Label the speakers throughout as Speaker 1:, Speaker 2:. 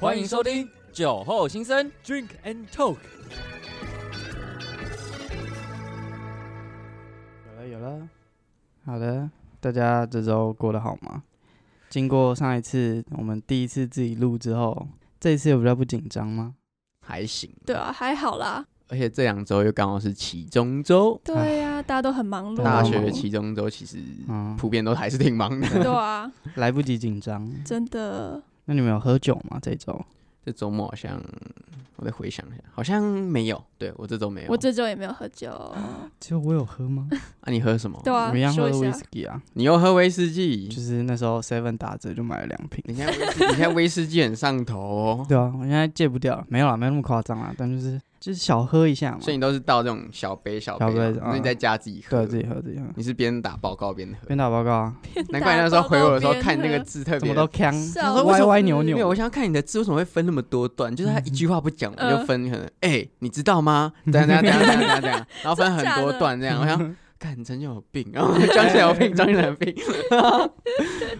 Speaker 1: 欢迎收听酒后心声。
Speaker 2: Drink and Talk。
Speaker 3: 有了有了，好的，大家这周过得好吗？经过上一次我们第一次自己录之后，这一次有比较不紧张吗？
Speaker 2: 还行，
Speaker 4: 对啊，还好啦。
Speaker 2: 而且这两周又刚好是期中周，
Speaker 4: 对呀、大家都很忙碌。
Speaker 3: 对
Speaker 2: 大
Speaker 3: 啊
Speaker 2: 学期中周其实
Speaker 3: 嗯，
Speaker 2: 普遍都还是挺忙的。
Speaker 4: 对啊，
Speaker 3: 来不及紧张。
Speaker 4: 真的
Speaker 3: 那你们有喝酒吗？这周？
Speaker 2: 这周末好像我再回想一下，好像没有。对我这周没有。
Speaker 4: 我这周也没有喝酒。
Speaker 3: 只有我有喝 吗？
Speaker 2: 啊，你喝什么？
Speaker 4: 对
Speaker 3: 我
Speaker 4: 啊，
Speaker 3: 们一样喝
Speaker 4: 说
Speaker 3: 的
Speaker 4: 一 下，
Speaker 3: whisky 啊，
Speaker 2: 你又喝威士忌？
Speaker 3: 就是那时候 Seven 打折就买了两瓶。
Speaker 2: 你现在威士你现在威士忌很上头哦，
Speaker 3: 对啊，我现在戒不掉，没有啦，没那么夸张啊啦，但就是就是小喝一下嘛，
Speaker 2: 所以你都是倒这种小杯小杯
Speaker 3: 小杯
Speaker 2: 嘛，所以你在
Speaker 3: 嗯
Speaker 2: 家自己
Speaker 3: 对啊，
Speaker 2: 喝。
Speaker 3: 自己喝自己喝。
Speaker 2: 你是边打报告边喝。
Speaker 3: 边打报告啊，
Speaker 2: 难怪那时候回我的时候看那个字特
Speaker 3: 怎
Speaker 2: 别
Speaker 3: 么都呛，
Speaker 4: 笑
Speaker 2: 死
Speaker 3: 歪歪扭
Speaker 2: 没有，
Speaker 3: 扭
Speaker 2: 我。想要看你的字为什么会分那么多段，就是他一句话不讲，我
Speaker 4: 嗯
Speaker 2: 就分可能，哎、你知道吗？等下等下等下等下等下，然后分很多段这样，我 想，看你真有病，啊然后张学友病，张学友病，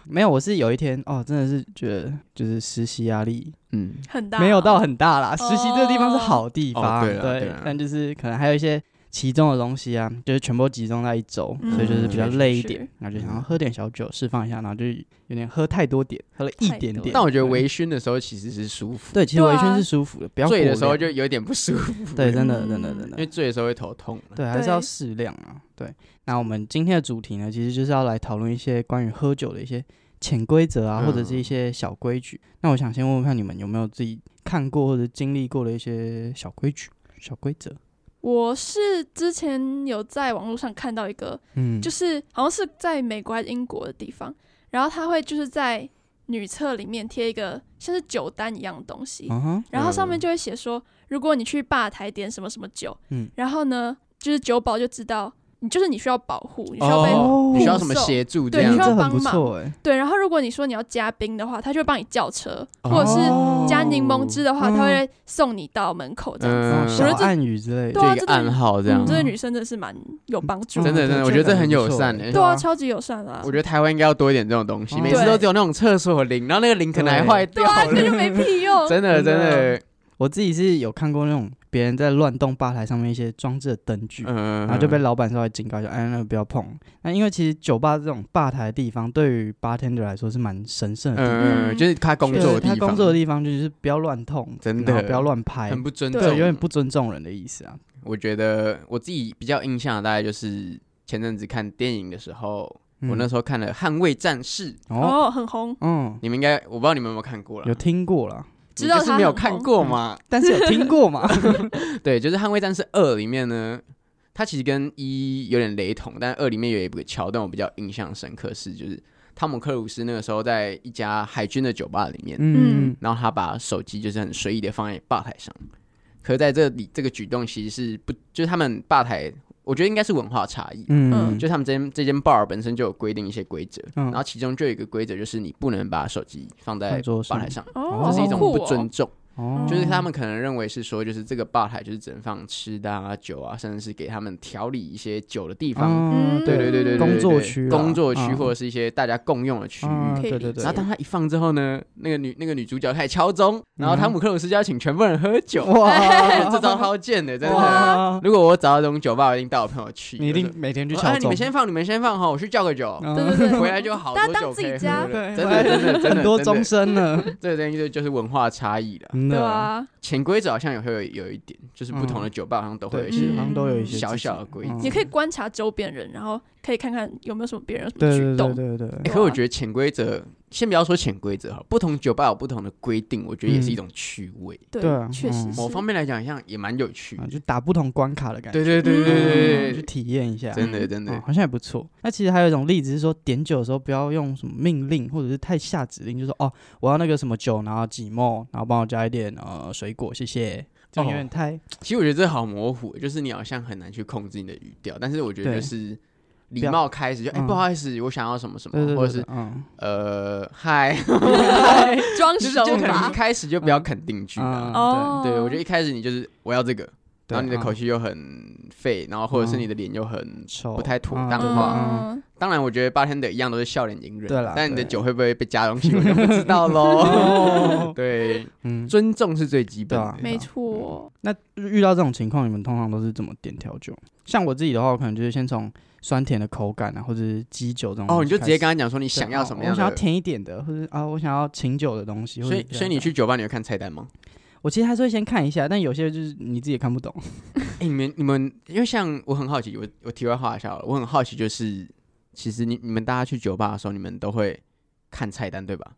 Speaker 3: 没有，我是有一天哦，真的是觉得就是实习压力
Speaker 2: 嗯，
Speaker 4: 很大，
Speaker 3: 没有到很大啦。实习这个地方是
Speaker 4: 哦
Speaker 3: 好地方，
Speaker 2: 哦对
Speaker 3: 对
Speaker 2: 啦对啦
Speaker 3: 但就是可能还有一些其中的东西啊，就是全部集中在一周，
Speaker 4: 嗯
Speaker 3: 所以就是比较累一
Speaker 4: 是
Speaker 3: 点，然后就想要喝点小酒释放一下，然后就有点喝太多点，喝了一
Speaker 4: 太
Speaker 3: 点
Speaker 4: 多
Speaker 3: 点。
Speaker 2: 但我觉得微醺的时候其实是舒服，
Speaker 3: 对，其实
Speaker 4: 对
Speaker 3: 微
Speaker 4: 啊
Speaker 3: 醺是舒服的，不要
Speaker 2: 醉
Speaker 3: 过
Speaker 2: 的时候
Speaker 3: 量
Speaker 2: 就有点不舒服，
Speaker 3: 对，真的真的
Speaker 4: 嗯
Speaker 3: 真
Speaker 2: 因
Speaker 3: 的
Speaker 2: 为，醉的时候会头痛。
Speaker 3: 对，还是
Speaker 4: 对
Speaker 3: 要适量啊。对，那我们今天的主题呢，其实就是要来讨论一些关于喝酒的一些潜规则啊，或者是一
Speaker 2: 嗯
Speaker 3: 些小规矩。那我想先问问看你们有没有自己看过或者经历过的一些小规矩、小规则？
Speaker 4: 我是之前有在网络上看到一个，
Speaker 3: 嗯，
Speaker 4: 就是好像是在美国还是英国的地方，然后他会就是在女厕里面贴一个像是酒单一样的东西，
Speaker 3: 啊哈，
Speaker 4: 然后上面
Speaker 2: 嗯
Speaker 4: 就会写说，如果你去吧台点什么什么酒，
Speaker 3: 嗯
Speaker 4: 然后呢，就是酒保就知道你就是你需要保护，你需要被、
Speaker 2: 哦，
Speaker 3: 哦
Speaker 2: 你需要什么协助这
Speaker 4: 对
Speaker 2: 样
Speaker 4: 你需要
Speaker 3: 这
Speaker 2: 子？
Speaker 3: 很
Speaker 4: 帮
Speaker 3: 不
Speaker 4: 忙
Speaker 3: 错哎，
Speaker 4: 对，然后如果你说你要加冰的话，他就会帮你叫车，或者是
Speaker 3: 哦
Speaker 4: 加柠檬汁的话，
Speaker 3: 嗯
Speaker 4: 他会送你到门口这样子。
Speaker 3: 那
Speaker 2: 嗯
Speaker 3: 种，
Speaker 4: 我觉
Speaker 3: 小
Speaker 4: 得这
Speaker 3: 暗语之类的
Speaker 4: 对，啊
Speaker 2: 就一个
Speaker 4: 这
Speaker 2: 暗号这样
Speaker 4: 嗯，这，个女生真的是蛮有帮助
Speaker 3: 嗯
Speaker 4: 的，
Speaker 2: 真的真的，我觉得这很友善的。
Speaker 3: 对
Speaker 4: 对
Speaker 3: 啊
Speaker 4: 啊，超级友善啊
Speaker 2: 我。觉得台湾应该要多一点这种东西，
Speaker 3: 哦
Speaker 2: 每次都只有那种厕所铃，然后那个铃可能还
Speaker 3: 对
Speaker 4: 对啊，
Speaker 2: 坏掉了
Speaker 4: 这，就没屁 用。
Speaker 2: 真的真
Speaker 3: 真的
Speaker 2: 的，
Speaker 3: 我自己是有看过那种别人在乱动吧台上面一些装置的灯具，
Speaker 2: 嗯
Speaker 3: 然后就被老板稍微警告一下，哎，那个不要碰。那因为其实酒吧这种吧台的地方，对于 bartender 来说是蛮神圣的地方，
Speaker 2: 嗯，
Speaker 4: 嗯
Speaker 2: 就是他工
Speaker 3: 对
Speaker 2: 作的地
Speaker 3: 他
Speaker 2: 方，
Speaker 3: 工作的地方就是不要乱碰，
Speaker 2: 真
Speaker 3: 然后
Speaker 2: 的
Speaker 3: 不要乱拍，
Speaker 2: 很不尊重，
Speaker 3: 对，有点不。尊重人的意思啊。
Speaker 2: 我觉得我自己比较印象的大概就是前阵子看电影的时候，我那
Speaker 3: 时
Speaker 2: 时候看了《捍卫战士》，
Speaker 3: 候嗯哦，
Speaker 4: 哦，很红，
Speaker 3: 嗯，
Speaker 2: 你们应该我不知道你们有没有看过了，
Speaker 3: 有听过 啦，
Speaker 2: 你
Speaker 4: 知道
Speaker 2: 就是
Speaker 4: 他
Speaker 2: 没有
Speaker 4: 很
Speaker 2: 看
Speaker 4: 红
Speaker 2: 过吗？
Speaker 3: 但是有听过 嘛？嗯
Speaker 2: 对，就是《捍卫战士二》里面呢，它其实跟一有点雷同，但二里面有一个桥段我比较印象深刻是，就是汤姆克鲁斯那个时候在一家海军的酒吧里面，
Speaker 3: 嗯，
Speaker 2: 然后他把手机就是很随意的放在吧台上，可是在这里这个举动其实是不，就是他们吧台，我觉得应该是文化差异，
Speaker 3: 嗯，
Speaker 2: 就他们这间这间 bar 本身就有规定一些规则，
Speaker 3: 嗯
Speaker 2: 然后其中就有一个规则就是你不能把手机放在
Speaker 3: 放桌上
Speaker 2: 吧台上，
Speaker 4: 哦，
Speaker 2: 这是一种
Speaker 4: 好酷
Speaker 2: 不尊重，
Speaker 3: 哦，
Speaker 2: 就是他们可能认为是说就是这个吧台就是只能放吃的啊、酒啊，甚至是给他们调理一些酒的地方。
Speaker 3: 嗯，
Speaker 4: 嗯
Speaker 2: 对对对对对，对
Speaker 3: 工作区啦
Speaker 2: 工作区
Speaker 3: 嗯
Speaker 2: 或者是一些大家共用的区域，
Speaker 3: 啊
Speaker 4: 可以
Speaker 3: 对
Speaker 4: 理
Speaker 3: 对对嗯
Speaker 2: 然后，当他一放之后呢，那个女那个女主角开始敲钟，然后汤姆克鲁斯就要请全部人喝酒，
Speaker 3: 哇
Speaker 2: 这招超贱的，真 的。
Speaker 3: 哇，
Speaker 2: 如果我找到这种酒吧，我一定带我朋友去。
Speaker 3: 你一
Speaker 2: 我
Speaker 3: 定
Speaker 2: 说
Speaker 3: 每天去
Speaker 2: 我说
Speaker 3: 敲
Speaker 2: 哎，你
Speaker 3: 钟
Speaker 2: 们，先放，你们先放哈，我去叫个酒，
Speaker 3: 嗯
Speaker 4: 对对对，
Speaker 2: 回来就好
Speaker 4: 大
Speaker 2: 多
Speaker 4: 家
Speaker 2: 酒
Speaker 4: 当
Speaker 2: 可
Speaker 4: 自
Speaker 2: 以
Speaker 4: 己
Speaker 2: 喝
Speaker 4: 家
Speaker 2: 了
Speaker 3: 对
Speaker 2: 真的真 的真的
Speaker 3: 很多
Speaker 2: 真的
Speaker 3: 钟声呢，
Speaker 2: 这个东西就就是文化差异了。
Speaker 3: 真
Speaker 4: 对
Speaker 3: 的。
Speaker 4: 啊，
Speaker 2: 潜规则好像也会有有一点，就是不同的酒吧好像都会有
Speaker 3: 嗯对，
Speaker 2: 一
Speaker 3: 其
Speaker 2: 些嗯
Speaker 3: 实好像都有一些
Speaker 2: 小
Speaker 3: 自己
Speaker 2: 小的规
Speaker 3: 嗯
Speaker 2: 矩
Speaker 4: 也可以观察周边人，然后可以看看有没有什么别人有什么
Speaker 3: 对
Speaker 4: 举
Speaker 3: 对
Speaker 4: 动
Speaker 3: 对。对对，
Speaker 2: 欸可我觉得潜规则，先不要说潜规则哈，不同酒吧有不同的规定，我觉
Speaker 3: 嗯
Speaker 2: 得也是一种趣味。
Speaker 4: 对
Speaker 3: 对啊
Speaker 4: 确实
Speaker 3: 嗯
Speaker 4: 是
Speaker 2: 某方面来讲，好像也蛮有趣的
Speaker 3: 啊，。就打不同关卡的感觉。
Speaker 2: 对对对对对
Speaker 3: 嗯去
Speaker 2: 对，
Speaker 3: 体验一下，
Speaker 2: 真的真的
Speaker 3: 哦，好像也不错。那其实还有一种例子是说，点酒的时候不要用什么命令或者是太下指令，就说哦，我要那个什么酒，然后几沫，然后帮我加一点呃水果，谢
Speaker 2: 哦
Speaker 3: 谢。这种有点太、
Speaker 2: 其实我觉得这好模糊，就是你好像很难去控制你的语调，但是我觉得
Speaker 3: 对
Speaker 2: 就是礼
Speaker 3: 不要
Speaker 2: 貌开始就哎、
Speaker 3: 嗯
Speaker 2: 不好意思，我想要什么什么，
Speaker 3: 对对对，
Speaker 2: 或者是
Speaker 3: 对嗯，
Speaker 2: 呃 嗨，
Speaker 4: 装
Speaker 2: 就是
Speaker 4: 熟
Speaker 2: 就可能一
Speaker 4: 吧。
Speaker 2: 开始就不要肯定句
Speaker 3: 嗯
Speaker 2: 了。
Speaker 4: 哦，
Speaker 2: 对，我觉得一开始你就是我要这个，
Speaker 3: 对
Speaker 2: 然后你的口
Speaker 3: 嗯
Speaker 2: 气又很废，然后或者是你的脸又很
Speaker 3: 丑
Speaker 2: 不太妥
Speaker 3: 嗯
Speaker 2: 当的话，
Speaker 4: 嗯，
Speaker 2: 当然，我觉得八天的一样都是笑脸迎人，
Speaker 3: 对啦
Speaker 2: 但你的
Speaker 3: 对
Speaker 2: 酒会不会被加东西，我就不知 道喽。对，
Speaker 3: 嗯，
Speaker 2: 尊重是最基本
Speaker 3: 对啊
Speaker 2: 的。
Speaker 4: 没错，
Speaker 3: 那遇到这种情况，你们通常都是怎么点调酒？像我自己的话，我可能就是先从酸甜的口感啊，或者是基酒这种东西开始。
Speaker 2: 哦，你就直接跟
Speaker 3: 对哦
Speaker 2: 他讲说你哦想要什么样
Speaker 3: 我想要
Speaker 2: 的。
Speaker 3: 甜一点的，或者啊，我想要清酒的东西。或
Speaker 2: 所
Speaker 3: 者
Speaker 2: 以
Speaker 3: 是，这样
Speaker 2: 所以你去酒吧你会看菜单吗？
Speaker 3: 我其实还是会先看一下，但有些就是你自己也看不懂。
Speaker 2: 哎、你们你们，因为像我很好奇，我我题外话一下好了，我很好奇，就是其实你你们大家去酒吧的时候，你们都会看菜单对吧？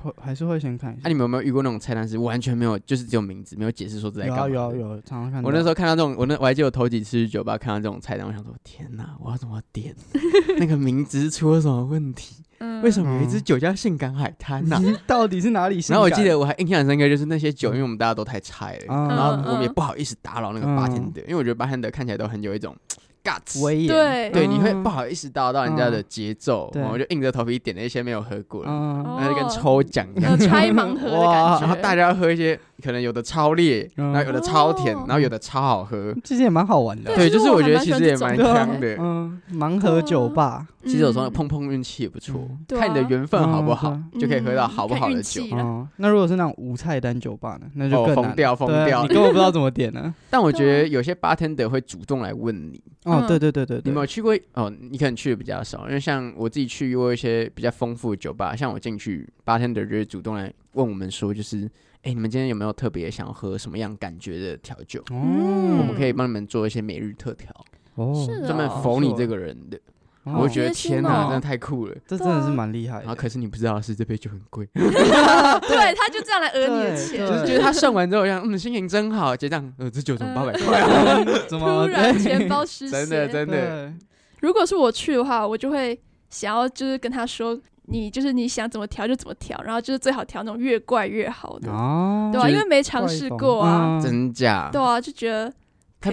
Speaker 3: 会还是会先看一
Speaker 2: 那、
Speaker 3: 下。
Speaker 2: 你们有没有遇过那种菜单是完全没有，就是只有名字，没有解释说这在
Speaker 3: 有
Speaker 2: 干
Speaker 3: 啊
Speaker 2: 嘛？
Speaker 3: 有啊。有啊，常常看到。
Speaker 2: 我那 时候看到这种，我那我还记得我头几次去酒吧看到这种菜单，我想说天哪，我要怎么点？ 那个名字出了什么问题？
Speaker 4: 嗯，
Speaker 2: 为什么有一支酒叫性感海滩啊呐、
Speaker 3: 到底是哪里性感？
Speaker 2: 然后我记得我还印象很深刻，就是那些酒，因为我们大家都太菜了，
Speaker 3: 嗯
Speaker 2: 然后我们也不好意思打扰那个八天的，因为我觉得八天的看起来都很有一种 guts，
Speaker 3: 威严，
Speaker 4: 对
Speaker 2: 对，你会
Speaker 3: 嗯
Speaker 2: 不好意思打扰到人家的节奏，
Speaker 3: 嗯对
Speaker 2: 我就硬着头皮点了一些没有喝过的，
Speaker 3: 嗯，
Speaker 2: 那就跟抽奖 一样
Speaker 4: 有。呃拆盲盒的
Speaker 3: 哇
Speaker 4: 感觉，
Speaker 2: 然后大家喝一些，可能有的超烈，
Speaker 3: 嗯
Speaker 2: 然后有的超甜，
Speaker 4: 哦
Speaker 2: 然后有的超好喝。
Speaker 3: 其实也蛮好玩的。
Speaker 4: 对
Speaker 2: 对，就是
Speaker 4: 其实我
Speaker 2: 觉得
Speaker 4: 还
Speaker 2: 其
Speaker 4: 蛮
Speaker 2: 实也蛮
Speaker 4: 喜欢这种
Speaker 2: 香的。
Speaker 3: 嗯，盲盒酒吧，
Speaker 2: 其实有时候
Speaker 4: 嗯
Speaker 2: 碰碰运气也不错
Speaker 3: 嗯，
Speaker 4: 对啊
Speaker 2: 看你的缘分好不好
Speaker 3: 嗯，
Speaker 4: 对
Speaker 2: 就可以喝到好不好的酒
Speaker 4: 嗯看运。气
Speaker 3: 哦，那如果是那种无菜单酒吧呢，那就
Speaker 2: 哦
Speaker 3: 更
Speaker 2: 疯
Speaker 3: 难了
Speaker 2: 掉疯
Speaker 3: 对啊
Speaker 2: 掉
Speaker 3: 你根本不知道怎么点呢。
Speaker 2: 但我觉
Speaker 4: 啊
Speaker 2: 得有些 bartender 会主动来问你，
Speaker 3: 哦
Speaker 4: 嗯，
Speaker 3: 对对对对
Speaker 2: 你
Speaker 3: 对
Speaker 2: 们有，去过？哦，你可能去的比较少，因为像我自己去过一些比较丰富的酒吧，像我进去，bartender 就会主动来问我们说，就是，哎、你们今天有没有特别想要喝什么样感觉的调酒？
Speaker 3: 哦
Speaker 2: 我们可以帮你们做一些每日特调，
Speaker 3: 哦，
Speaker 4: 是的
Speaker 2: 专门
Speaker 4: 嗯哦
Speaker 2: 否你这个人的。
Speaker 3: 哦
Speaker 2: 我就觉得
Speaker 4: 好贴心
Speaker 2: 天哪，
Speaker 4: 哦
Speaker 2: 真的太酷 了。
Speaker 3: 这真的是蛮厉害
Speaker 2: 然后
Speaker 3: 的。
Speaker 2: 可是你不知道的是，这杯酒很贵，
Speaker 4: 对，他就这样来讹你的
Speaker 3: 对
Speaker 4: 钱，
Speaker 3: 对
Speaker 2: 就是觉得他算完之后，让嗯心情真好，结账，呃，这酒怎么八百
Speaker 4: 嗯
Speaker 2: 块啊？
Speaker 3: 怎
Speaker 4: 突
Speaker 3: 么
Speaker 4: 然钱包失
Speaker 2: 真的
Speaker 4: 血。
Speaker 2: 真的，
Speaker 3: 对
Speaker 4: 如果是我去的话，我就会想要就是跟他说，你就是你想怎么调就怎么调，然后就是最好调那种越怪越好的，
Speaker 3: 哦，
Speaker 4: 对啊，因为没尝试过啊，
Speaker 3: 嗯，
Speaker 2: 真假？
Speaker 4: 对啊，就觉得
Speaker 2: 他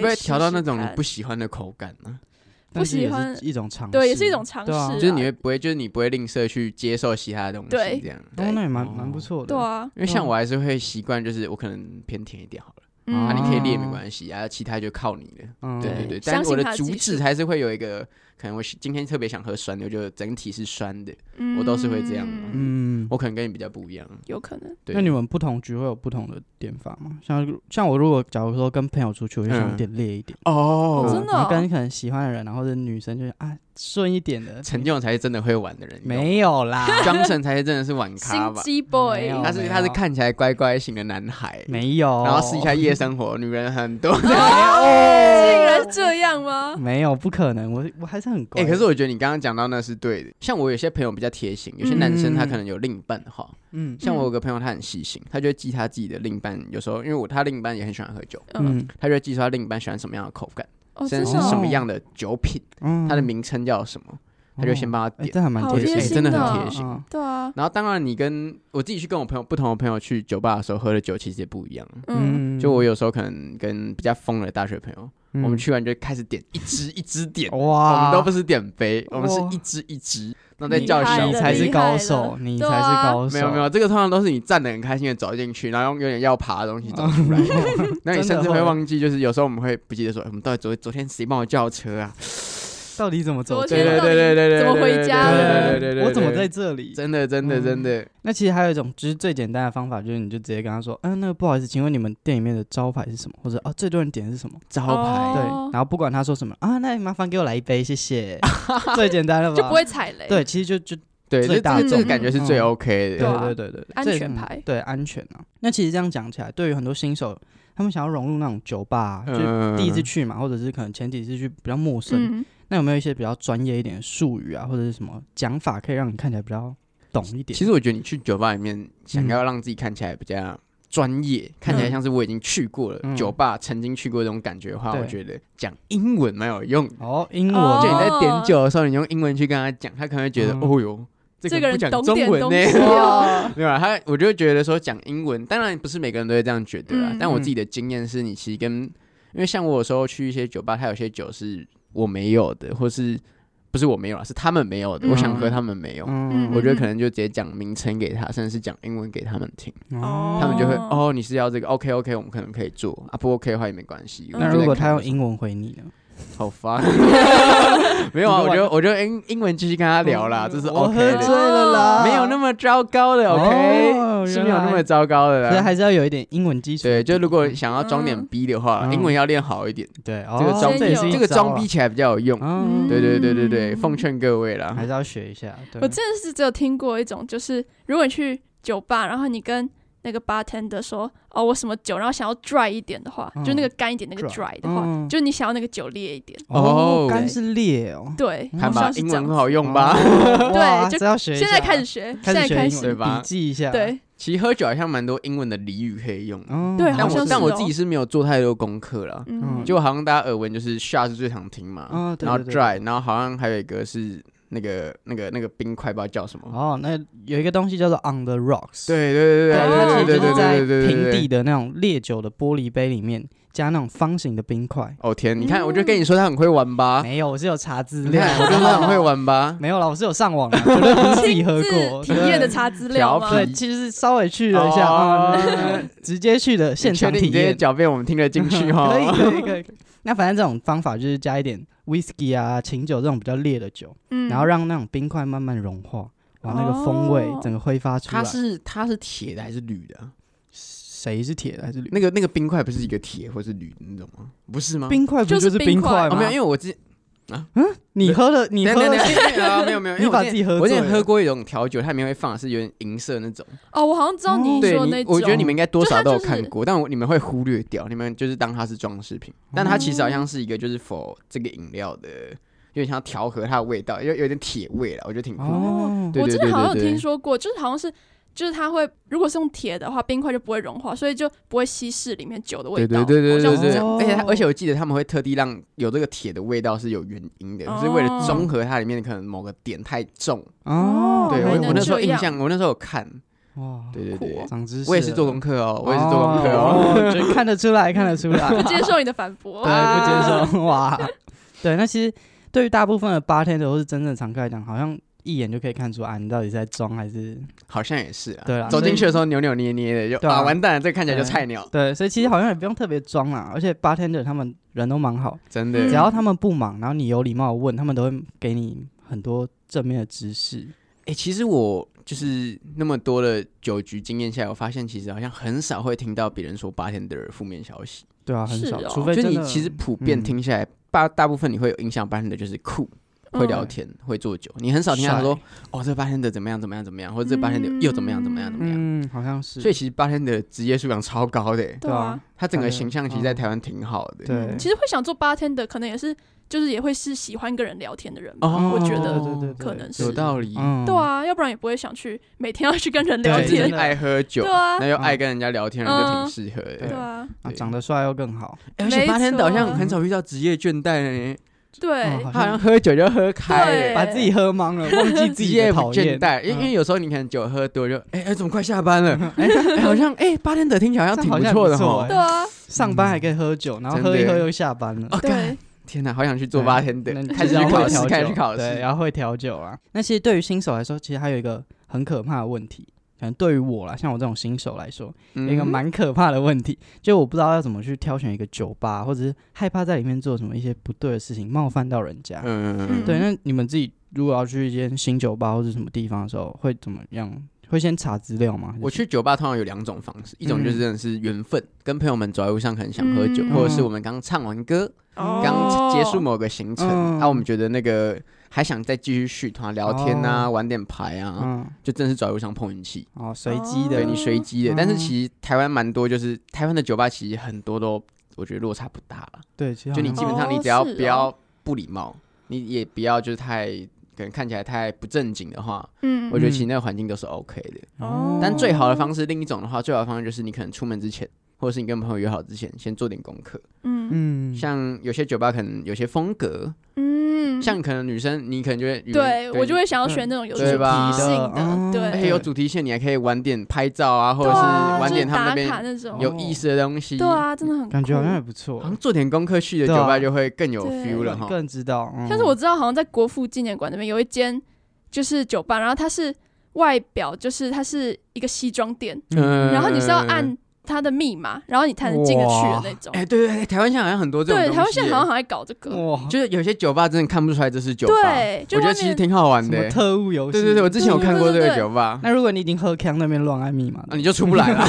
Speaker 4: 可以
Speaker 2: 不会
Speaker 4: 试
Speaker 2: 调到
Speaker 4: 试
Speaker 2: 那种你
Speaker 4: 看
Speaker 2: 不喜欢的口感呢、
Speaker 3: 但
Speaker 4: 不
Speaker 3: 是
Speaker 4: 喜
Speaker 3: 也是
Speaker 4: 欢
Speaker 3: 一种尝试，
Speaker 4: 对，也是一种尝
Speaker 3: 对啊
Speaker 4: 试，
Speaker 2: 就是你会不会，就是你不会吝啬去接受其他的东西，
Speaker 4: 对
Speaker 2: 这样。
Speaker 3: 哦，那也蛮
Speaker 2: 哦
Speaker 3: 蛮不错的。
Speaker 4: 对，啊，
Speaker 2: 因为像我还是会习惯，就是我可能偏甜一点好了，
Speaker 4: 嗯，
Speaker 3: 哦
Speaker 2: 啊，你可以烈没关系，啊，其他就靠你了。
Speaker 3: 嗯，
Speaker 2: 对对对，
Speaker 4: 相
Speaker 2: 但
Speaker 4: 信
Speaker 2: 我的
Speaker 4: 他的
Speaker 2: 主
Speaker 4: 技
Speaker 2: 旨
Speaker 4: 术
Speaker 2: 还是会有一个，可能我是今天特别想喝酸的，我就整体是酸的，
Speaker 4: 嗯
Speaker 2: 我都是会这样啊
Speaker 3: 嗯，
Speaker 2: 我可能跟你比较不一样。
Speaker 4: 有可能，
Speaker 2: 对，
Speaker 3: 那你们不同局会有不同的点法吗？像像我如果假如说跟朋友出去，我就想
Speaker 2: 嗯
Speaker 3: 点烈一点，
Speaker 2: 哦
Speaker 4: 哦
Speaker 3: 嗯
Speaker 4: 真的
Speaker 3: 然后跟可能喜欢的人啊，然后者女生就是啊顺一点的，
Speaker 2: 陈俊才是真的会玩的人，
Speaker 3: 没有 啦，
Speaker 2: ，Johnson 才是真的是玩咖
Speaker 4: 心
Speaker 2: 吧？
Speaker 4: 机
Speaker 3: 没
Speaker 4: boy，
Speaker 3: 有
Speaker 2: 他是他是看起来乖乖型的男孩，
Speaker 3: 没有，
Speaker 2: 然后试 一下夜生活，女人很多。
Speaker 4: 哦竟然是这样吗？
Speaker 3: 没有，不可能，我我还是很乖。
Speaker 2: 哎、可是我觉得你刚刚讲到那是对的。像我有些朋友比较贴心，有些男生他可能有另一半的话，
Speaker 3: 嗯
Speaker 2: 像我有个朋友他很细心，他就会记他自己的另一半。有时候因为我他另一半也很喜欢喝酒，
Speaker 3: 嗯
Speaker 2: 他就会记出他另一半喜欢什么样的口感，
Speaker 4: 哦，
Speaker 2: 甚
Speaker 4: 真
Speaker 2: 至
Speaker 4: 的
Speaker 2: 是什
Speaker 4: 哦
Speaker 2: 么样的酒品，
Speaker 3: 嗯
Speaker 2: 它的名称叫什么，他就先帮他
Speaker 3: 哎，
Speaker 2: 点。
Speaker 3: 这还蛮
Speaker 4: 好
Speaker 2: 我觉得
Speaker 4: 贴
Speaker 2: 哎
Speaker 4: 心
Speaker 2: 真的
Speaker 4: 的
Speaker 2: 很
Speaker 4: 哦
Speaker 2: 贴心。
Speaker 3: 嗯
Speaker 4: 对啊，
Speaker 2: 然后当然，你跟我自己去跟我朋友不同的朋友去酒吧的时候喝的酒其实也不一样。
Speaker 4: 嗯，
Speaker 2: 就我有时候可能跟比较疯的大学朋友，
Speaker 3: 嗯
Speaker 2: 我们去完就开始点一支一支点，
Speaker 3: 哇，
Speaker 2: 我们都不是点杯，我们是
Speaker 3: 哇
Speaker 2: 一支一支，那再
Speaker 3: 你
Speaker 2: 叫
Speaker 4: 厉害
Speaker 2: 小
Speaker 3: 你
Speaker 4: 了
Speaker 3: 才
Speaker 2: 杯
Speaker 3: 是
Speaker 4: 厉
Speaker 3: 高
Speaker 4: 害
Speaker 3: 手，
Speaker 4: 了
Speaker 3: 你
Speaker 4: 对
Speaker 3: 才是
Speaker 4: 啊
Speaker 3: 高手，
Speaker 2: 没有没有，这个通常都是你站得很开心的走进去，然后用有点要爬的东西走 出来。那你
Speaker 3: 真
Speaker 2: 甚
Speaker 3: 的
Speaker 2: 至会
Speaker 3: 会
Speaker 2: 忘记，就是有时候我们会不记得说，哎我们到底昨昨天谁帮我叫车啊？
Speaker 3: 到底怎么走
Speaker 4: 昨
Speaker 3: 进
Speaker 2: 对
Speaker 4: 天
Speaker 3: 来？
Speaker 2: 对
Speaker 4: 到
Speaker 2: 对
Speaker 4: 底
Speaker 2: 对对对，
Speaker 4: 怎么
Speaker 2: 对
Speaker 4: 回
Speaker 2: 对
Speaker 4: 家
Speaker 2: 对对
Speaker 4: 的
Speaker 2: 对对对，
Speaker 3: 我怎么
Speaker 2: 对
Speaker 3: 在这里？
Speaker 2: 真的真的
Speaker 3: 嗯
Speaker 2: 真的，
Speaker 3: 那其实还有一种，就是最简单的方法，就是你就直接跟他说，嗯、那个不好意思，请问你们店里面的招牌是什么？或者啊，最多人点的是什么？
Speaker 2: 招
Speaker 4: 哦
Speaker 2: 牌
Speaker 3: 对，然后不管他说什么啊，那麻烦给我来一杯，谢谢。最简单了吧？
Speaker 4: 就不会踩雷，
Speaker 3: 嗯 对，其实就就
Speaker 2: 对，
Speaker 3: 最
Speaker 2: 这
Speaker 3: 大
Speaker 2: 这这
Speaker 4: 众
Speaker 2: 个感觉是最
Speaker 3: 嗯
Speaker 2: OK
Speaker 3: 对
Speaker 2: 的。
Speaker 4: 啊
Speaker 3: 对对对对，
Speaker 4: 安
Speaker 3: 这
Speaker 4: 全
Speaker 3: 嗯
Speaker 4: 牌
Speaker 3: 对安全啊。那其实这样讲起来，对于很多新手，他们想要融入那种酒吧、就是
Speaker 2: 嗯
Speaker 3: 第一次去嘛，或者是可能前几次去比较陌生，
Speaker 4: 嗯，
Speaker 3: 那有没有一些比较专业一点的术语啊，或者是什么讲法，可以让你看起来比较懂一点？
Speaker 2: 其实我觉得你去酒吧里面，想
Speaker 3: 嗯
Speaker 2: 要让自己看起来比较专业，看起来像是我已经去过了、
Speaker 3: 嗯
Speaker 2: 酒吧，曾经去过这种感觉的话，
Speaker 3: 对
Speaker 2: 我觉得讲英文蛮有用的。
Speaker 3: 哦，英文、
Speaker 4: 哦
Speaker 2: 就你在点酒的时候，你用英文去跟他讲，他可能会觉得，
Speaker 3: 嗯
Speaker 2: 哦哟，这
Speaker 4: 这个
Speaker 2: 个人不
Speaker 4: 人
Speaker 2: 讲
Speaker 4: 懂
Speaker 2: 中
Speaker 4: 点
Speaker 2: 文
Speaker 4: 东
Speaker 2: 呢、
Speaker 4: 西哦，
Speaker 2: 没有啦，他我就会觉得说讲英文，当然不是每个人都会这样觉得啦。
Speaker 4: 嗯
Speaker 2: 但我自己的经验是，你其实跟，因为像我有时候去一些酒吧，他有些酒是我没有的，或是不是我没有啦，是他们没有的，
Speaker 4: 嗯
Speaker 2: 我想喝他们没有。
Speaker 3: 嗯，
Speaker 2: 我觉得可能就直接讲名称给他，甚至是讲英文给他们听，
Speaker 4: 哦
Speaker 2: 他们就会
Speaker 4: 哦
Speaker 2: 哦，你是要这个，OK OK，我们可能可以做啊，不 OK 的话也没关系。
Speaker 4: 嗯
Speaker 2: 我们
Speaker 3: 那
Speaker 2: 就
Speaker 3: 如果
Speaker 2: 在
Speaker 3: 他
Speaker 2: 看
Speaker 3: 用英文回你呢？
Speaker 2: 好烦。没有啊，我就我就英英文继续跟他聊啦，
Speaker 4: 哦
Speaker 2: 这是
Speaker 3: 哦我
Speaker 2: OK
Speaker 3: 喝
Speaker 2: 的，
Speaker 3: 醉了啦，
Speaker 2: 没有那么糟糕的
Speaker 3: 哦
Speaker 2: OK，、
Speaker 3: 原
Speaker 2: 是没有那
Speaker 3: 来
Speaker 2: 么糟糕的
Speaker 3: 所以
Speaker 2: 啦。
Speaker 3: 还是要有一点英文基础。
Speaker 2: 对，就如果想要装点
Speaker 4: 嗯
Speaker 2: 逼的话，
Speaker 3: 嗯
Speaker 2: 英文要练好一点，
Speaker 3: 对，
Speaker 2: 这个
Speaker 3: 哦
Speaker 2: 装
Speaker 3: 这也是一
Speaker 2: 这个
Speaker 3: 招
Speaker 2: 装
Speaker 3: 啊
Speaker 2: 逼，起来比较有用。
Speaker 3: 嗯，
Speaker 2: 对对对对对，
Speaker 4: 嗯
Speaker 2: 奉劝各位啦
Speaker 3: 还，是要学一下。对
Speaker 4: 我真的是只有听过一种，就是如果你去酒吧，然后你跟那个 bartender 说，哦，我什么酒，然后想要 dry 一点的话，
Speaker 3: 嗯
Speaker 4: 就那个干一点那个
Speaker 3: dry，
Speaker 4: dry 的话，
Speaker 3: 嗯
Speaker 4: 就你想要那个酒烈一点。
Speaker 3: 哦
Speaker 2: 哦，
Speaker 3: 干是裂哦，
Speaker 4: 对，
Speaker 2: 看
Speaker 4: 好
Speaker 2: 吧
Speaker 4: 像，是
Speaker 2: 英
Speaker 4: 这样
Speaker 2: 文
Speaker 4: 子
Speaker 2: 很。好用吧？
Speaker 3: 哦哇
Speaker 4: 对就
Speaker 3: 这要学一下。
Speaker 4: 现在开始学，现
Speaker 3: 开
Speaker 4: 在
Speaker 3: 始
Speaker 4: 开
Speaker 3: 学
Speaker 4: 始，
Speaker 3: 英
Speaker 2: 对
Speaker 3: 文，
Speaker 2: 吧
Speaker 3: 笔记一下。
Speaker 4: 对，
Speaker 2: 其实喝酒好像蛮多英文的俚语可以用的，
Speaker 3: 哦，
Speaker 4: 对
Speaker 2: 但
Speaker 4: 好像
Speaker 2: 我
Speaker 4: 是
Speaker 2: 但我
Speaker 4: 哦
Speaker 2: 自己是没有做太多功课啦。
Speaker 4: 嗯，
Speaker 2: 就好像大家耳闻就是 shot 是最常听嘛，
Speaker 3: 嗯对
Speaker 2: 然后
Speaker 3: 对对
Speaker 2: dry，然后好像还有一个是那个那个那个冰块，不知道叫什么。
Speaker 3: 哦，那有一个东西叫做 on the rocks，
Speaker 2: 对对对
Speaker 3: 对，它
Speaker 2: 对
Speaker 3: 其
Speaker 2: 对对
Speaker 3: 实就
Speaker 2: 对
Speaker 3: 是在
Speaker 2: 对对对
Speaker 3: 平
Speaker 2: 对
Speaker 3: 地
Speaker 2: 对。
Speaker 3: 的那种烈酒的玻璃杯里面加那种方形的冰块。
Speaker 2: 哦天，你看我就跟你说他很会玩吧，
Speaker 3: 没有，我是有查资
Speaker 2: 啊你
Speaker 3: 料，哦
Speaker 2: 看我就说他很会玩吧。
Speaker 3: 没有啦，我是有上网的，绝对不是自己喝过，
Speaker 4: 自体验的
Speaker 3: 对。
Speaker 4: 查资料吗
Speaker 2: 调？皮
Speaker 3: 对，其实是稍微去了一下
Speaker 2: 哦
Speaker 3: 啊，嗯直接去的现
Speaker 2: 你确
Speaker 3: 场
Speaker 2: 定
Speaker 3: 体
Speaker 2: 你这些
Speaker 3: 验，
Speaker 2: 狡辩我们听得进去哦 哈？
Speaker 3: 可以可以可以。那反正这种方法就是加一点 whisky 啊、琴酒这种比较烈的酒，
Speaker 4: 嗯
Speaker 3: 然后让那种冰块慢慢融化，把那个风味
Speaker 4: 哦
Speaker 3: 整个挥发出来
Speaker 2: 它。是它是铁的还是铝的啊？
Speaker 3: 谁是铁的还是铝？
Speaker 2: 那个那个冰块不是一个铁或是铝的那种吗？不是吗？
Speaker 3: 冰块不
Speaker 4: 就是
Speaker 3: 是
Speaker 4: 冰
Speaker 3: 冰块
Speaker 4: 块
Speaker 2: 哦
Speaker 3: 吗？
Speaker 2: 没有，因为我之
Speaker 3: 你喝了，你
Speaker 2: 等
Speaker 3: 喝
Speaker 2: 等等
Speaker 3: 了，
Speaker 2: 等等啊没有没有，因为
Speaker 3: 你
Speaker 2: 我
Speaker 3: 把
Speaker 2: 之
Speaker 3: 自
Speaker 2: 前
Speaker 3: 己喝
Speaker 2: 我之
Speaker 3: 醉
Speaker 2: 前
Speaker 3: 了。
Speaker 2: 喝过一种调酒，它里面会放的是有点银色那种。
Speaker 4: 哦，我好像知道你
Speaker 2: 对
Speaker 4: 说的
Speaker 2: 你
Speaker 4: 那，种，
Speaker 2: 我觉得你们应该多
Speaker 4: 就
Speaker 2: 少
Speaker 4: 它
Speaker 2: 都有
Speaker 4: 就
Speaker 2: 看
Speaker 4: 是
Speaker 2: 过，但我你们会忽略掉，你们就是当它是装饰品，但它其实好
Speaker 4: 哦
Speaker 2: 像是一个就是否这个饮料的，有点像调和它的味道，有有点铁味了，我觉得挺酷的。
Speaker 3: 哦，
Speaker 2: 对
Speaker 4: 我
Speaker 2: 对
Speaker 4: 真
Speaker 2: 对
Speaker 4: 的好像
Speaker 2: 对
Speaker 4: 有
Speaker 2: 对
Speaker 4: 听说过，就是好像是，就是它会，如果是用铁的话，冰块就不会融化，所以就不会稀释里面酒的味
Speaker 2: 对
Speaker 4: 道。
Speaker 2: 对对对
Speaker 4: 好像
Speaker 2: 对
Speaker 4: 是
Speaker 2: 对，
Speaker 4: 这样
Speaker 3: 哦
Speaker 2: 而且它而且我记得他们会特地让有这个铁的味道是有原因的，是为了
Speaker 4: 哦
Speaker 2: 中和它里面可能某个点太重。
Speaker 3: 哦，
Speaker 2: 对我
Speaker 4: 原来
Speaker 2: 我那时候
Speaker 4: 这样
Speaker 2: 印象，我那时候有看，
Speaker 3: 哇，
Speaker 2: 对对
Speaker 4: 酷
Speaker 2: 对
Speaker 4: 哦，
Speaker 3: 长知识了，
Speaker 2: 我也是做功课哦，我也是做功课哦。
Speaker 3: 哦，就看得出来，看得出来，
Speaker 4: 不接受你的反驳。
Speaker 3: 对，不接受 哇。对，那其实对于大部分的八天都是真正常客来讲，好像一眼就可以看出啊，你到底是在装还是
Speaker 2: 好像也是啊。
Speaker 3: 对啦
Speaker 2: 走进去的时候扭扭捏捏的，就
Speaker 3: 对啊
Speaker 2: 啊完蛋了，这个看起来就菜鸟，
Speaker 3: 对，所以其实好像也不用特别装啦，而且八天的他们人都蛮好，
Speaker 2: 真
Speaker 4: 嗯
Speaker 3: 只
Speaker 2: 的。
Speaker 3: 要他们不忙，然后你有礼貌地问，他们都会给你很多正面的知识。
Speaker 2: 哎，其实我就是那么多的酒局经验下来，我发现其实好像很少会听到别人说 bartender 负面消息，
Speaker 3: 对啊，很
Speaker 4: 是
Speaker 3: 少，
Speaker 4: 哦
Speaker 3: 除非
Speaker 2: 就
Speaker 3: 真
Speaker 2: 你
Speaker 3: 的
Speaker 2: 其实普遍
Speaker 3: 嗯
Speaker 2: 听下来，大大部分你会有印象 bartender 就是酷。会
Speaker 4: 嗯
Speaker 2: 聊天，会做酒，你很少听到他说哦，这个 bartender 怎么样怎么样怎么样，或者这个 bartender 又怎么样怎么样怎么样。
Speaker 3: 嗯，好像是，
Speaker 2: 所以其实 bartender 的职业素养超高的耶，
Speaker 4: 对啊，嗯
Speaker 2: 他整个
Speaker 3: 他的嗯
Speaker 2: 形象其实在台湾挺好的。
Speaker 3: 对，
Speaker 4: 其实会想做 bartender，可能也是，就是也会是喜欢跟人聊天的人吧。
Speaker 2: 哦
Speaker 4: 我觉
Speaker 3: 对啊
Speaker 4: 得，
Speaker 3: 对对对
Speaker 4: 可能是
Speaker 2: 有道理。
Speaker 3: 嗯，
Speaker 4: 对啊，要不然也不会想去每天要去跟人
Speaker 3: 对
Speaker 4: 聊
Speaker 2: 就
Speaker 3: 真嗯
Speaker 2: 自
Speaker 4: 天
Speaker 2: 己。爱喝酒，
Speaker 4: 对啊
Speaker 2: 那又爱跟人家聊天，人就挺适合
Speaker 4: 对
Speaker 2: 的。
Speaker 4: 啊，
Speaker 3: 啊，
Speaker 2: 对
Speaker 3: 长得帅又更好，
Speaker 2: 而且
Speaker 4: 没错嗯
Speaker 2: 八天好像很少遇到职业倦怠呢，
Speaker 4: 对
Speaker 3: 嗯好
Speaker 2: 他好像喝酒就喝开
Speaker 4: 对
Speaker 2: 了，
Speaker 3: 把自己喝茫了，忘记自
Speaker 2: 职
Speaker 3: 己的
Speaker 2: 业不
Speaker 3: 讨
Speaker 2: 倦
Speaker 3: 厌。嗯
Speaker 2: 怠。因为因为有时候你可能酒喝多就，哎哎，怎么快下班了？哎，哎好像哎八天的听起来好像挺不错的哦
Speaker 3: 这好像不错。
Speaker 2: 哈
Speaker 4: 对啊，
Speaker 3: 上班还可以喝酒，然后
Speaker 2: 真的
Speaker 3: 喝一
Speaker 2: 耶
Speaker 3: 喝又下班了。
Speaker 2: 哦，干
Speaker 4: 对，
Speaker 2: 天哪，好想去做
Speaker 3: 对
Speaker 2: 八天的
Speaker 3: 那你，
Speaker 2: 开始
Speaker 3: 就是
Speaker 2: 去
Speaker 3: 要
Speaker 2: 考
Speaker 3: 会
Speaker 2: 试
Speaker 3: 调，
Speaker 2: 开始
Speaker 3: 酒
Speaker 2: 去考
Speaker 3: 对，
Speaker 2: 试。
Speaker 3: 然后会调酒啊。那其实对于新手来说，其实还有一个很可怕的问题，可能对于我啦，像我这种新手来说，有一个
Speaker 2: 嗯
Speaker 3: 蛮可怕的问题，就我不知道要怎么去挑选一个酒吧，或者是害怕在里面做什么一些不对的事情，冒犯到人家。
Speaker 2: 嗯嗯嗯
Speaker 3: 对，那你们自己如果要去一间新酒吧或者什么地方的时候，会怎么样？会先查资料吗？还是
Speaker 2: 我去酒吧通常有两种方式，一种就是真的是缘分，跟朋友们走在路上可能想喝酒，
Speaker 4: 嗯
Speaker 2: 或者是我们刚唱完歌，
Speaker 4: 哦
Speaker 2: 刚结束某个行程，
Speaker 3: 嗯
Speaker 2: 啊，我们觉得那个还想再继续续团聊天啊，玩点牌啊，
Speaker 3: 哦嗯，
Speaker 2: 就真的是走在路上碰运气，
Speaker 3: 哦，随机的
Speaker 2: 对
Speaker 4: 哦
Speaker 2: 你随机的。但是
Speaker 3: 嗯
Speaker 2: 其实台湾蛮多，就是台湾的酒吧其实很多都我觉得落差不大了，
Speaker 3: 对，啊其实
Speaker 2: 就你
Speaker 3: 好
Speaker 2: 基
Speaker 3: 像
Speaker 2: 本上
Speaker 4: 哦
Speaker 2: 你只要
Speaker 4: 是哦
Speaker 2: 不要不礼貌，你也不要就是太可能看起来太不正经的话，
Speaker 4: 嗯
Speaker 2: 我觉得其实那个环境都是 OK 的。
Speaker 4: 哦
Speaker 2: 但最好的方式，另一种的话，最好的方式就是你可能出门之前，或者是你跟朋友约好之前，先做点功课。
Speaker 4: 嗯
Speaker 3: 嗯，
Speaker 2: 像有些酒吧可能有些风格，
Speaker 4: 嗯，
Speaker 2: 像可能女生你可能就会
Speaker 4: 对我就会想要选那种有主题
Speaker 2: 对吧
Speaker 4: 性
Speaker 3: 嗯
Speaker 4: 的，对
Speaker 2: 而哎且，有主题线，你还可以玩点拍照啊，或
Speaker 4: 对
Speaker 2: 者是
Speaker 4: 啊
Speaker 2: 玩点
Speaker 4: 就
Speaker 2: 他们那
Speaker 4: 打卡
Speaker 2: 边
Speaker 4: 那种
Speaker 2: 有意思的东西。
Speaker 4: 对啊，真的很
Speaker 3: 感觉好像也
Speaker 4: 酷
Speaker 3: 不错
Speaker 2: 好，像做点功课去的
Speaker 3: 啊
Speaker 2: 酒吧就会更有
Speaker 4: 对
Speaker 2: feel 了哈
Speaker 3: 个。人知道。嗯
Speaker 4: 像是我知道，好像在国父纪念馆那边有一间就是酒吧，然后它是外表就是它是一个西装店，
Speaker 2: 嗯
Speaker 4: 然后你是要按。它的密码，然后你才能进得去的那种
Speaker 2: 哎、。对对对，台湾现在好像很多这种、
Speaker 4: 对，
Speaker 2: 东
Speaker 4: 台湾
Speaker 2: 西
Speaker 4: 现在
Speaker 2: 耶
Speaker 4: 好像还在搞这个。
Speaker 3: 哇，
Speaker 2: 就是有些酒吧真的看不出来这是酒吧，
Speaker 4: 对就
Speaker 2: 我觉
Speaker 4: 外
Speaker 2: 得其实
Speaker 4: 面
Speaker 2: 挺好玩
Speaker 3: 什
Speaker 2: 的、
Speaker 3: 么特务游戏？
Speaker 2: 对对对，我之前有看过
Speaker 4: 对
Speaker 2: 这
Speaker 4: 对
Speaker 2: 个
Speaker 4: 对对
Speaker 2: 酒吧，
Speaker 3: 那如果你已经喝康那边乱按密码
Speaker 2: 啊
Speaker 3: 的，
Speaker 2: 你就出不来了。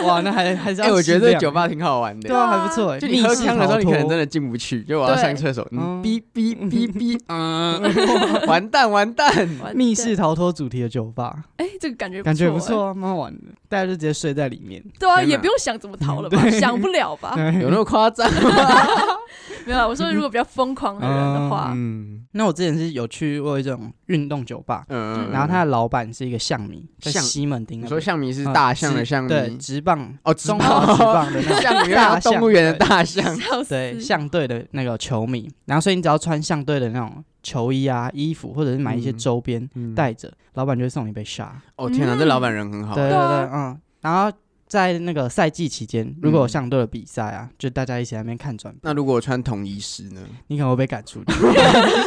Speaker 3: 哇，那还还是
Speaker 2: 哎、
Speaker 3: 要适量。
Speaker 2: 我觉得这酒吧挺好玩
Speaker 3: 对
Speaker 2: 的。
Speaker 3: 啊，还不错哎。
Speaker 2: 就你喝
Speaker 3: 密室
Speaker 2: 枪的时候，
Speaker 3: 逃
Speaker 2: 你可能
Speaker 3: 脱
Speaker 2: 真的进不去。就我要
Speaker 4: 对
Speaker 2: 上厕所，
Speaker 3: 嗯
Speaker 2: 嗯，哔哔 哔哔， 嗯，完蛋完蛋。
Speaker 4: 完
Speaker 3: 密
Speaker 4: 对
Speaker 3: 室逃脱主题的酒吧，
Speaker 4: 哎，这个感觉
Speaker 3: 感觉
Speaker 4: 不
Speaker 3: 不
Speaker 4: 错哦
Speaker 3: 错啊，蛮好玩的。大家就直接睡在里面，
Speaker 4: 哎。对啊，
Speaker 2: 天哪
Speaker 4: 也不用想怎么逃了 吧，
Speaker 3: 对
Speaker 4: 想不了吧？
Speaker 2: 有那么夸张？
Speaker 4: 没有啊，我说如果比较疯狂的人的话，
Speaker 2: 嗯
Speaker 3: 那我之前是有去过一种运动酒吧，
Speaker 2: 嗯
Speaker 3: 然后他的老板是一个象迷，在
Speaker 2: 象
Speaker 3: 西门町
Speaker 2: 你
Speaker 3: 那
Speaker 2: 说
Speaker 3: 边。
Speaker 2: 象迷是
Speaker 3: 嗯
Speaker 2: 大象的
Speaker 3: 直
Speaker 2: 象
Speaker 3: 对，
Speaker 2: 迷，
Speaker 3: 直棒
Speaker 2: 哦直
Speaker 3: 中
Speaker 2: 棒
Speaker 3: 华直棒的那种
Speaker 2: 象迷
Speaker 3: 大
Speaker 2: 像动
Speaker 3: 象
Speaker 2: 物园的
Speaker 3: 对
Speaker 2: 大象。
Speaker 4: 笑死。
Speaker 3: 对象队的那个球迷，然后所以你只要穿象队的那种球衣啊、衣服，或者是买一些
Speaker 2: 嗯
Speaker 3: 周边带着，老板就会送你一杯沙。
Speaker 2: 哦天哪，这老板人很好。
Speaker 3: 对对
Speaker 4: 啊
Speaker 3: 对，嗯。然后在那个赛季期间，如
Speaker 2: 嗯
Speaker 3: 果有象队的比赛啊，就大家一起在那边看转播，
Speaker 2: 那如果我穿统一师呢？
Speaker 3: 你可能会被赶 出去。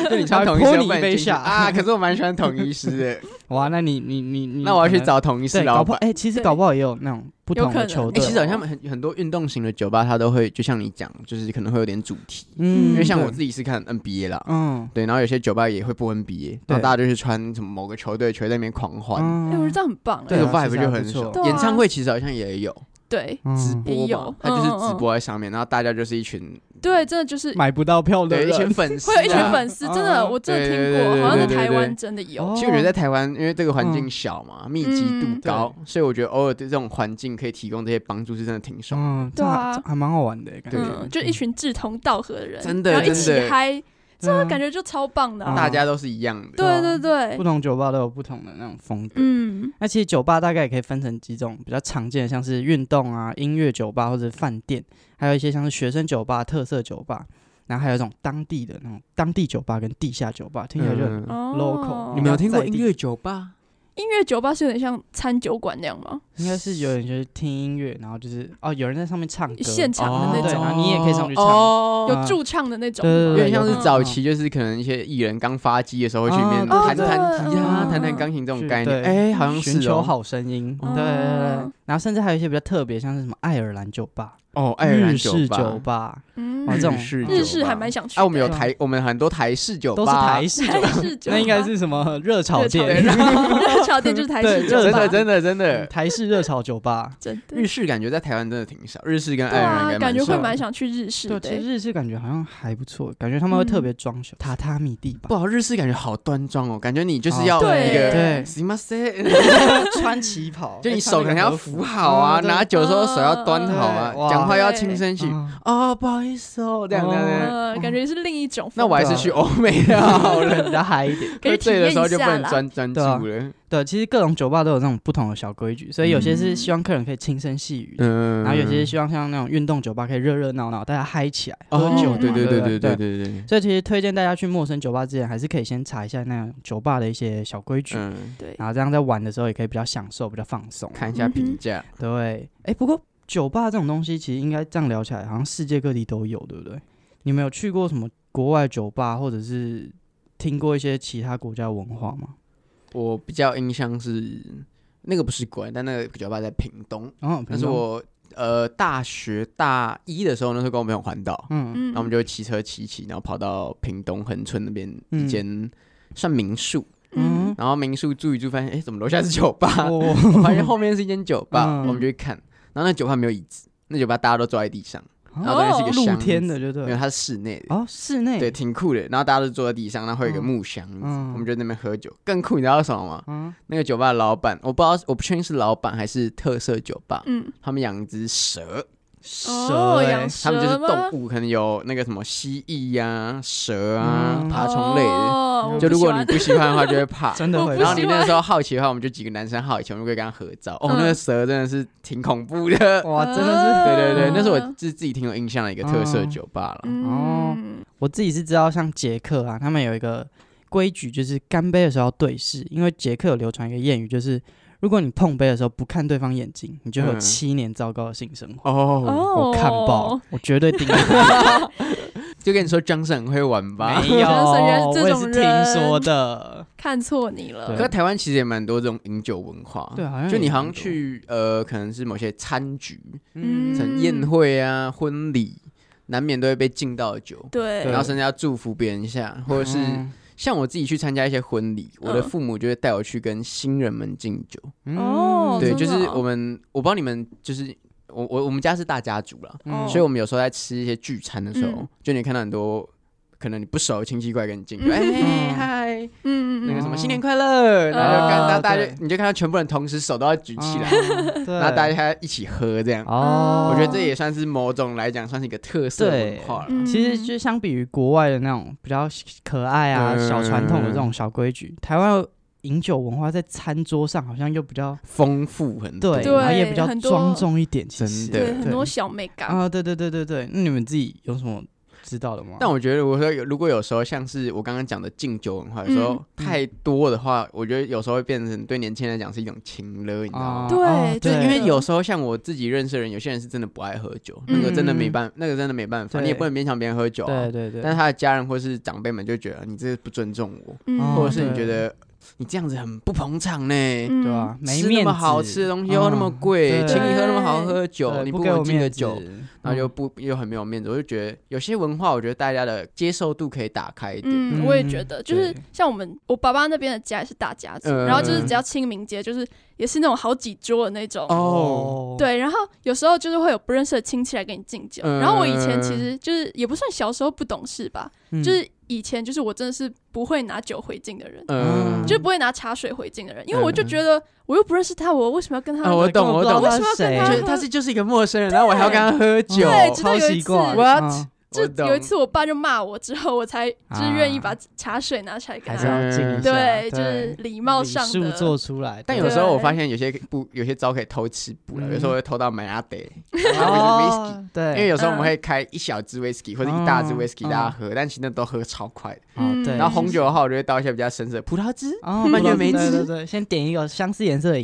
Speaker 2: 就你
Speaker 3: 还
Speaker 2: 穿统一
Speaker 3: 泼
Speaker 2: 师
Speaker 3: 你一
Speaker 2: 不能
Speaker 3: 杯
Speaker 2: 进去
Speaker 3: 下
Speaker 2: 啊？可是我蛮喜欢统一师的，
Speaker 3: 哇，那你你你你，
Speaker 2: 那我要去
Speaker 3: 嗯可能
Speaker 2: 找统一师
Speaker 3: 对，搞
Speaker 2: 老
Speaker 3: 不
Speaker 2: 板
Speaker 3: 好。哎、其实
Speaker 4: 对
Speaker 3: 搞不好也有那种不
Speaker 4: 有
Speaker 3: 同
Speaker 4: 可
Speaker 3: 的
Speaker 4: 能
Speaker 3: 球
Speaker 2: 哎、
Speaker 3: 队
Speaker 2: 欸，
Speaker 3: 哦，
Speaker 2: 其实好像很很多运动型的酒吧，它都会就像你讲，就是可能会有点主题，
Speaker 3: 嗯，
Speaker 2: 因为像
Speaker 3: 对
Speaker 2: 我自己是看 NBA 啦，
Speaker 3: 嗯，
Speaker 2: 对，然后有些酒吧也会播 NBA，然
Speaker 3: 对
Speaker 2: 后大家就是穿什么某个球队的球衣在那边狂欢，
Speaker 4: 哎，
Speaker 3: 嗯
Speaker 4: 我觉得这样很棒
Speaker 2: 这
Speaker 4: 哎
Speaker 3: 对。
Speaker 2: 个
Speaker 3: 啊其
Speaker 2: vibe
Speaker 3: 实还
Speaker 2: 就
Speaker 3: 不
Speaker 2: 很
Speaker 3: 错
Speaker 2: 爽。
Speaker 4: 对啊
Speaker 2: 演唱会其实好像也有
Speaker 4: 对
Speaker 2: 直
Speaker 3: 嗯
Speaker 2: 播
Speaker 4: 也
Speaker 2: 吧
Speaker 4: 有，
Speaker 2: 它就
Speaker 4: 嗯嗯
Speaker 2: 是直
Speaker 4: 嗯
Speaker 2: 播在上面，然后大家就是一群
Speaker 4: 对，真的就是
Speaker 3: 买不到票的
Speaker 2: 对一群
Speaker 3: 人，
Speaker 2: 粉丝
Speaker 4: 会有一群
Speaker 2: 啊
Speaker 4: 粉丝，真的，
Speaker 3: 嗯
Speaker 4: 我真的
Speaker 2: 对
Speaker 4: 听
Speaker 2: 对对
Speaker 4: 过，
Speaker 2: 对
Speaker 4: 好像在
Speaker 2: 对对
Speaker 4: 台湾
Speaker 2: 对
Speaker 4: 真的有。
Speaker 3: 哦
Speaker 2: 其实我觉得在台湾，因为这个环境
Speaker 3: 嗯
Speaker 2: 小嘛，密集度
Speaker 4: 嗯
Speaker 2: 高，所以我觉得偶尔对这种环境可以提供这些帮助是真的挺爽。
Speaker 3: 嗯，
Speaker 4: 对啊
Speaker 3: 这还蛮好玩的感觉，啊
Speaker 4: 嗯，就一群志同道合的人，
Speaker 2: 真的
Speaker 4: 然后一起
Speaker 2: 真的嗯
Speaker 4: 嗨，
Speaker 3: 这样
Speaker 4: 感觉哎就超棒的啊、
Speaker 3: 嗯
Speaker 2: 大家都是一样的，
Speaker 4: 对
Speaker 3: 对啊
Speaker 4: 对对
Speaker 3: 不，同酒吧都有不同的那种风格。
Speaker 4: 嗯，
Speaker 3: 那其实酒吧大概也可以分成几种比较常见的，像是运动啊、音乐酒吧或者饭店，还有一些像是学生酒吧、特色酒吧，然后还有一种当地的那种当地酒吧跟地下酒吧，听起来就很
Speaker 2: 嗯
Speaker 4: 哦
Speaker 3: local，
Speaker 2: 你们有听过
Speaker 3: 在地
Speaker 2: 音乐酒吧？
Speaker 4: 音乐酒吧是有点像餐酒馆那样吗？
Speaker 3: 应该是有点就是听音乐，然后就是哦，有人在上面唱歌，
Speaker 4: 现场的那
Speaker 3: 对，
Speaker 4: 种，
Speaker 3: 然后你也可以上去唱。
Speaker 2: 哦
Speaker 4: 有驻唱的那种
Speaker 3: 对
Speaker 4: 吗，
Speaker 2: 有
Speaker 3: 对
Speaker 2: 点像是
Speaker 4: 有
Speaker 2: 早期，就是可能一些艺人刚发迹的时候，会去里面
Speaker 3: 哦
Speaker 2: 弹
Speaker 3: 对
Speaker 2: 弹吉
Speaker 3: 嗯
Speaker 2: 他、
Speaker 3: 嗯
Speaker 2: 弹弹钢琴这种
Speaker 3: 是
Speaker 2: 概念。
Speaker 3: 对
Speaker 2: 哎，好像
Speaker 3: 寻
Speaker 2: 是
Speaker 3: 求
Speaker 2: 哦。
Speaker 3: 好声音，
Speaker 4: 嗯
Speaker 3: 对对对
Speaker 4: 嗯。
Speaker 3: 然后甚至还有一些比较特别，像是什么爱尔兰酒吧、
Speaker 2: 哦，爱尔兰
Speaker 3: 日式
Speaker 2: 吧。
Speaker 3: 酒吧，
Speaker 4: 嗯
Speaker 3: 哦，这种
Speaker 2: 日式
Speaker 3: 嗯
Speaker 2: 酒
Speaker 4: 日式还蛮想去的。
Speaker 2: 哎，我们有
Speaker 3: 对啊
Speaker 2: 台，我们很多台式酒吧，
Speaker 3: 都是台式酒吧，
Speaker 4: 台式酒 吧
Speaker 3: 那应该是什么热炒
Speaker 4: 热炒店，
Speaker 3: 店？
Speaker 4: 热炒店就是台式
Speaker 3: 对
Speaker 4: 酒
Speaker 2: 真
Speaker 4: 吧，
Speaker 2: 的真的
Speaker 3: 嗯
Speaker 2: 真的。
Speaker 3: 台式热炒酒吧，
Speaker 4: 真
Speaker 2: 日
Speaker 4: 的，
Speaker 2: 式感觉在台湾真的挺少，日式跟
Speaker 4: 对
Speaker 2: 爱尔兰
Speaker 4: 啊，
Speaker 2: 应该
Speaker 4: 感觉会
Speaker 2: 少
Speaker 4: 蛮想去日式
Speaker 3: 对，
Speaker 4: 的、
Speaker 3: 其实日式感觉好像还不错，感觉他们会特别装修榻榻米地板，
Speaker 2: 不好，日式感觉好端庄哦，感觉你嗯就是要
Speaker 3: 哦
Speaker 4: 对
Speaker 2: 一个
Speaker 3: 对，
Speaker 2: 什么
Speaker 3: 穿旗袍，
Speaker 2: 就你
Speaker 3: 哎
Speaker 2: 手可能要扶好
Speaker 3: 哦
Speaker 2: 啊，拿酒的时候手要端好啊
Speaker 3: 嗯嗯嗯，
Speaker 2: 讲话要
Speaker 4: 对
Speaker 2: 轻声细语。
Speaker 3: 啊
Speaker 2: 哦，不好意思哦，这样这样这样。
Speaker 4: 呃，感觉是另一种风格。
Speaker 2: 那我还是去欧美的 好了。
Speaker 3: 比较嗨一点。
Speaker 4: 可以
Speaker 2: 喝
Speaker 4: 体
Speaker 2: 醉的
Speaker 4: 验一
Speaker 2: 时候就不
Speaker 4: 下
Speaker 2: 能
Speaker 4: 啦。
Speaker 2: 专专注
Speaker 3: 对啊
Speaker 2: 了。
Speaker 3: 对，其实各种酒吧都有那种不同的小规矩，所以有些是希望客人可以轻声细语，
Speaker 2: 嗯
Speaker 3: 然后有些是希望像那种运动酒吧可以热热闹闹，大家嗨起来，喝
Speaker 2: 哦，
Speaker 3: 酒
Speaker 2: 对
Speaker 3: 嘛对
Speaker 2: 对对
Speaker 3: 不
Speaker 2: 对
Speaker 3: 对
Speaker 2: 对对对，
Speaker 3: 所以其实推荐大家去陌生酒吧之前，还是可以先查一下那种酒吧的一些小规矩，
Speaker 2: 嗯，
Speaker 4: 对，
Speaker 3: 然后这样在玩的时候也可以比较享受，比较放松。
Speaker 2: 看一下评价。
Speaker 3: 对，哎，不过酒吧这种东西，其实应该这样聊起来，好像世界各地都有，对不对？你们有去过什么国外酒吧，或者是听过一些其他国家的文化吗？
Speaker 2: 我比较印象是那个不是国外，但那个酒吧在屏东，
Speaker 3: 哦，
Speaker 2: 那
Speaker 3: 比
Speaker 2: 是
Speaker 3: 如说，
Speaker 2: 我呃大学大一的时候，那时候跟我朋友环岛，
Speaker 3: 嗯，
Speaker 4: 嗯，
Speaker 2: 然后我们就骑车骑骑，然后跑到屏东恒春那边
Speaker 3: 嗯
Speaker 2: 一间算民宿，
Speaker 4: 嗯，
Speaker 2: 然后民宿住一住，发现哎怎么楼下是酒吧？
Speaker 3: 哦，
Speaker 2: 我发现后面是一间酒吧，
Speaker 3: 嗯
Speaker 2: 我们就去看，然后那酒吧没有椅子，那酒吧大家都坐在地上，然后
Speaker 4: 哦
Speaker 2: 中间是一个
Speaker 3: 露
Speaker 2: 箱
Speaker 3: 天
Speaker 2: 子
Speaker 3: 的，对不
Speaker 2: 没有，
Speaker 3: 对？
Speaker 2: 它是室内的，
Speaker 3: 哦，室内，
Speaker 2: 对，，挺酷的。然后大家都坐在地上，然后会有一个
Speaker 3: 嗯
Speaker 2: 木箱子，
Speaker 3: 嗯
Speaker 2: 我们就在那边喝酒。更酷，你知道什么吗？
Speaker 3: 嗯，
Speaker 2: 那个酒吧的老板，我不知道，我不确定是老板还是特色酒吧，
Speaker 4: 嗯，
Speaker 2: 他们养一只蛇，
Speaker 3: 蛇
Speaker 4: 哦，
Speaker 3: 欸
Speaker 4: 养
Speaker 2: 他们就是
Speaker 4: 蛇
Speaker 2: 动
Speaker 4: 吗？
Speaker 2: 物，可能有那个什么蜥蜴呀、蛇啊、
Speaker 3: 嗯
Speaker 2: 爬虫类的。
Speaker 4: 哦我
Speaker 2: 就
Speaker 4: 不
Speaker 2: 如
Speaker 4: 喜
Speaker 2: 果
Speaker 4: 欢
Speaker 2: 你不喜欢的话，就会 怕。
Speaker 3: 真的
Speaker 4: 我
Speaker 3: 会
Speaker 4: 不
Speaker 2: 然
Speaker 3: 让
Speaker 2: 后
Speaker 3: 你，
Speaker 2: 你
Speaker 4: 喜欢
Speaker 2: 那时候好奇的话，我们就几个男生好奇，我们就会跟他合照。哦，
Speaker 4: 嗯
Speaker 2: 那个蛇真的是挺恐怖的。
Speaker 3: 哇，真的是，
Speaker 2: 对对对，
Speaker 4: 嗯
Speaker 2: 那是我自自己挺有印象的一个特色
Speaker 3: 嗯
Speaker 2: 酒吧了。
Speaker 3: 哦
Speaker 4: 嗯，
Speaker 3: 我自己是知道，像捷克啊，他们有一个规矩，就是干杯的时候要对视，因为捷克有流传一个谚语，就是如果你碰杯的时候不看对方眼睛，你就会有
Speaker 2: 嗯
Speaker 3: 七年糟糕的性生活。
Speaker 2: 哦，
Speaker 4: 哦，
Speaker 3: 我看爆，我绝对盯着。
Speaker 2: 就跟你说张很会玩吧。
Speaker 3: 没有，
Speaker 4: 我
Speaker 3: 我
Speaker 4: 也
Speaker 3: 也
Speaker 4: 是
Speaker 3: 是
Speaker 4: 听
Speaker 3: 听
Speaker 4: 说
Speaker 3: 说的。
Speaker 4: 看错你了
Speaker 3: 对
Speaker 2: 可。台湾其实也蛮多这种饮酒文化，
Speaker 3: 对，好像
Speaker 2: 哦就你
Speaker 3: 有
Speaker 2: 好
Speaker 3: 很
Speaker 2: 像
Speaker 3: 多，
Speaker 2: 去呃，可能是某些餐局、
Speaker 4: 嗯
Speaker 2: 成宴会啊、婚礼，难免都会被敬到的酒，
Speaker 4: 对，
Speaker 2: 然后甚至要祝福别人一下，或者是
Speaker 3: 嗯
Speaker 2: 像我自己去参加一些婚礼，我的
Speaker 4: 嗯
Speaker 2: 父母就会带我去跟新人们敬酒。
Speaker 3: 嗯
Speaker 4: 哦
Speaker 2: 对，
Speaker 4: 真的
Speaker 2: 就是
Speaker 4: 哦
Speaker 2: 我们，我不知道你们，就是我我我们家是大家族啦，
Speaker 4: 哦
Speaker 2: 所以我们有时候在吃一些聚餐的时候，
Speaker 4: 嗯
Speaker 2: 就你看到很多可能你不熟的亲戚过来跟你敬酒，
Speaker 4: 嗯
Speaker 2: 哎、
Speaker 3: 嗯
Speaker 2: 嗨，
Speaker 4: 嗯
Speaker 2: 那
Speaker 4: 嗯
Speaker 2: 个
Speaker 4: 嗯，
Speaker 2: 什么新年快乐，然后就看到
Speaker 3: 哦
Speaker 2: 大家
Speaker 3: 对，
Speaker 2: 你就看到全部人同时手都要举起来，
Speaker 4: 哦
Speaker 3: 来，哦 对，
Speaker 2: 然后大家一起喝这样。
Speaker 3: 哦，
Speaker 2: 我觉得这也算是某种来讲，算是一个特色文
Speaker 3: 对
Speaker 2: 化了。
Speaker 4: 嗯
Speaker 3: 其实就相比于国外的那种比较可爱啊、
Speaker 2: 嗯
Speaker 3: 小传统的这种小规矩，台湾饮酒文化在餐桌上好像又比较
Speaker 2: 丰富很多。
Speaker 3: 对，
Speaker 4: 对
Speaker 3: 然后也比较
Speaker 4: 很多
Speaker 3: 庄重一点，其
Speaker 2: 真
Speaker 3: 实
Speaker 2: 的
Speaker 4: 对很多小美感，
Speaker 2: 哦
Speaker 3: 啊，对对对对对，那你们自己有什么知道的吗？
Speaker 2: 但我觉得，我说有如果有时候像是我刚刚讲的敬酒文化，有时候
Speaker 4: 嗯
Speaker 2: 太多的话，我觉得有时候会变成对年轻人来讲是一种情勒，你知道吗？
Speaker 4: 对
Speaker 3: 哦
Speaker 4: 就是
Speaker 2: 因为
Speaker 4: 对
Speaker 2: 有时候像我自己认识的人，有些人是真的不爱喝酒，那个真的没办，那个真的没办法，
Speaker 3: 嗯对
Speaker 2: 你也不能勉强别人喝酒啊
Speaker 3: 对。对对，
Speaker 2: 但是他的家人或是长辈们就觉得你这是不尊重我，
Speaker 4: 嗯
Speaker 3: 哦
Speaker 2: 或者是你
Speaker 3: 对
Speaker 2: 觉得你这样子很不捧场呢。
Speaker 4: 嗯
Speaker 3: 对吧？没
Speaker 2: 吃那
Speaker 3: 面子，
Speaker 2: 么好吃的东西又
Speaker 3: 嗯
Speaker 2: 那么贵，
Speaker 3: 对
Speaker 2: 请你喝那么好喝的酒，
Speaker 3: 对
Speaker 2: 你
Speaker 3: 不
Speaker 2: 给
Speaker 3: 给
Speaker 2: 我
Speaker 3: 我
Speaker 2: 敬个
Speaker 3: 面
Speaker 2: 酒，
Speaker 3: 子，嗯
Speaker 2: 然后又不又很没有面子，我就觉得有些文化，我觉得大家的接受度可以打开一点。
Speaker 4: 嗯，
Speaker 3: 嗯
Speaker 4: 我也觉得，就是
Speaker 3: 对
Speaker 4: 像我们我爸爸那边的家也是大家族，
Speaker 2: 嗯
Speaker 4: 然后就是只要清明节，就是也是那种好几桌的那种。
Speaker 2: 哦，
Speaker 4: 对，然后有时候就是会有不认识的亲戚来跟你敬酒。
Speaker 2: 嗯
Speaker 4: 然后我以前其实就是也不算小时候不懂事吧，
Speaker 3: 嗯
Speaker 4: 就是以前就是我真的是不会拿酒回敬的人，
Speaker 3: 啊
Speaker 2: 嗯，
Speaker 4: 就不会拿茶水回敬的人，因为
Speaker 2: 嗯
Speaker 4: 我就觉得我又不认识他，我为什么要跟他？
Speaker 2: 啊我懂我懂
Speaker 3: 为
Speaker 4: 为什么要跟他
Speaker 2: 就
Speaker 4: 喝
Speaker 2: 是他是就是一个陌生人，然后我还要跟他喝酒，
Speaker 4: 对直到
Speaker 3: 超
Speaker 4: 有一
Speaker 3: 奇
Speaker 4: 次
Speaker 3: 怪
Speaker 2: What？
Speaker 3: 嗯
Speaker 4: 就
Speaker 2: 我懂
Speaker 4: 有一次我爸就骂我之后，我才就是愿意
Speaker 3: 啊
Speaker 4: 把茶水拿起来给
Speaker 3: 还
Speaker 4: 他
Speaker 3: 是要敬一下，
Speaker 4: 对，就是礼貌上
Speaker 3: 礼数
Speaker 4: 的。
Speaker 3: 做出来，
Speaker 2: 但
Speaker 3: 对
Speaker 2: 有时候我发现有些不有些招可以偷吃补了，
Speaker 3: 嗯
Speaker 2: 有时候会偷到买阿德，
Speaker 3: 哦
Speaker 2: whisky，
Speaker 3: 对，
Speaker 2: 因为有时候我们
Speaker 4: 嗯
Speaker 2: 会开一小支 whisky 或者一大支
Speaker 3: 哦
Speaker 2: whisky
Speaker 3: 嗯
Speaker 2: 大家喝，但其实那都喝超快的。
Speaker 3: 哦对，
Speaker 4: 嗯
Speaker 2: 然后红酒的话，我就会倒一些比较深色的葡萄汁。
Speaker 3: 哦，
Speaker 2: 完全没
Speaker 3: 对对
Speaker 2: 吃
Speaker 3: 对，先点一个相似颜色的饮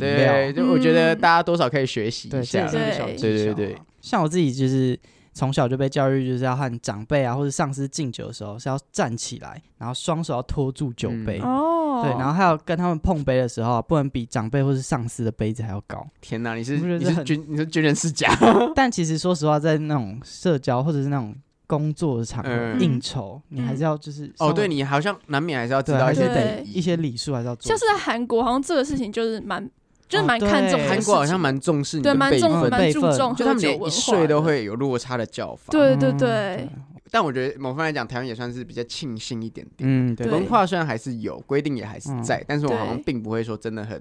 Speaker 3: 料，
Speaker 2: 对，就我觉得
Speaker 4: 嗯
Speaker 2: 大家多少可以学习一
Speaker 3: 对，这
Speaker 2: 下
Speaker 3: 也是一
Speaker 2: 啦。
Speaker 3: 个小技巧。
Speaker 2: 对对对对，
Speaker 3: 像我自己就是从小就被教育，就是要和长辈啊或者上司敬酒的时候是要站起来，然后双手要托住酒杯。
Speaker 2: 嗯
Speaker 4: 哦，
Speaker 3: 对，然后还有跟他们碰杯的时候啊、不能比长辈或是上司的杯子还要高。
Speaker 2: 天哪，你是
Speaker 3: 我觉得
Speaker 2: 你
Speaker 3: 这
Speaker 2: 是
Speaker 3: 很
Speaker 2: 军你是军人世家，
Speaker 3: 但其实说实话，在那种社交或者是那种工作的场合、
Speaker 2: 嗯
Speaker 3: 应酬，你还是要就是
Speaker 2: 哦，对
Speaker 3: 你
Speaker 2: 你好像难免还是要知
Speaker 3: 对
Speaker 2: 道
Speaker 3: 还
Speaker 2: 一
Speaker 3: 是
Speaker 2: 些
Speaker 3: 得
Speaker 2: 礼
Speaker 4: 对
Speaker 2: 仪
Speaker 3: 一些礼数还是要做
Speaker 4: 像
Speaker 3: 足。
Speaker 4: 是在韩国，好像这个事情就是蛮，就是
Speaker 3: 哦
Speaker 4: 蛮看重
Speaker 3: 对
Speaker 4: 的
Speaker 2: 韩国好像蛮重视你
Speaker 4: 对
Speaker 2: 的
Speaker 4: 蛮
Speaker 2: 辈
Speaker 4: 重
Speaker 2: 分，
Speaker 4: 蛮注
Speaker 3: 辈分
Speaker 4: 重
Speaker 2: 就
Speaker 4: 喝
Speaker 2: 他们
Speaker 4: 酒
Speaker 2: 连一
Speaker 4: 文
Speaker 2: 岁
Speaker 4: 化
Speaker 2: 都
Speaker 4: 的。
Speaker 2: 会有落差的叫法。
Speaker 4: 对对
Speaker 3: 嗯
Speaker 4: 对，
Speaker 2: 但我觉得某方来讲，台湾也算是比较庆幸一点点。
Speaker 3: 嗯，对，
Speaker 4: 对
Speaker 2: 文化虽然还是有规定，也还是在，但是我好像
Speaker 4: 对
Speaker 2: 并不会说真的很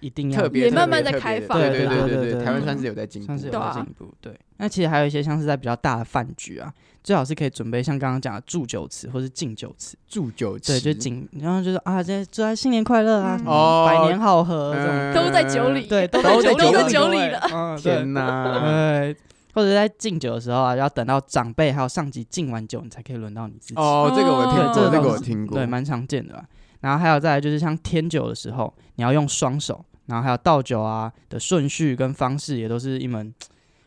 Speaker 3: 一定要
Speaker 2: 特别，
Speaker 4: 也
Speaker 2: 特
Speaker 4: 慢
Speaker 2: 别
Speaker 4: 慢在
Speaker 2: 特别
Speaker 4: 开
Speaker 2: 的
Speaker 4: 放
Speaker 2: 对
Speaker 3: 对
Speaker 2: 对
Speaker 3: 对对
Speaker 2: 对，
Speaker 3: 对
Speaker 2: 台湾算是有在进步
Speaker 3: 算是有
Speaker 4: 对
Speaker 2: 的。
Speaker 3: 在
Speaker 4: 啊
Speaker 3: 进步。对，那其实还有一些像是在比较大的饭局啊，最好是可以准备像刚刚讲的祝酒词或是敬酒词，
Speaker 2: 祝酒词
Speaker 3: 对，就敬，然后就是啊，这祝他新年快乐啊，
Speaker 4: 嗯
Speaker 3: 什
Speaker 2: 哦
Speaker 3: 么百年好合这种，
Speaker 2: 嗯
Speaker 4: 都在酒里，
Speaker 3: 对，
Speaker 4: 都
Speaker 2: 在酒
Speaker 4: 都在
Speaker 2: 里
Speaker 4: 酒里了。
Speaker 3: 嗯， 对，
Speaker 2: 天哪！
Speaker 3: 对，或者在敬酒的时候啊，要等到长辈还有上级敬完酒，你才可以轮到你自己。
Speaker 2: 哦，这个我听
Speaker 4: 哦
Speaker 2: 过，这
Speaker 3: 这
Speaker 2: 个
Speaker 3: 个
Speaker 2: 我听过
Speaker 3: 对，。蛮常见的、啊。然后还有再来就是像添酒的时候，你要用双手，然后还有倒酒啊的顺序跟方式也都是一门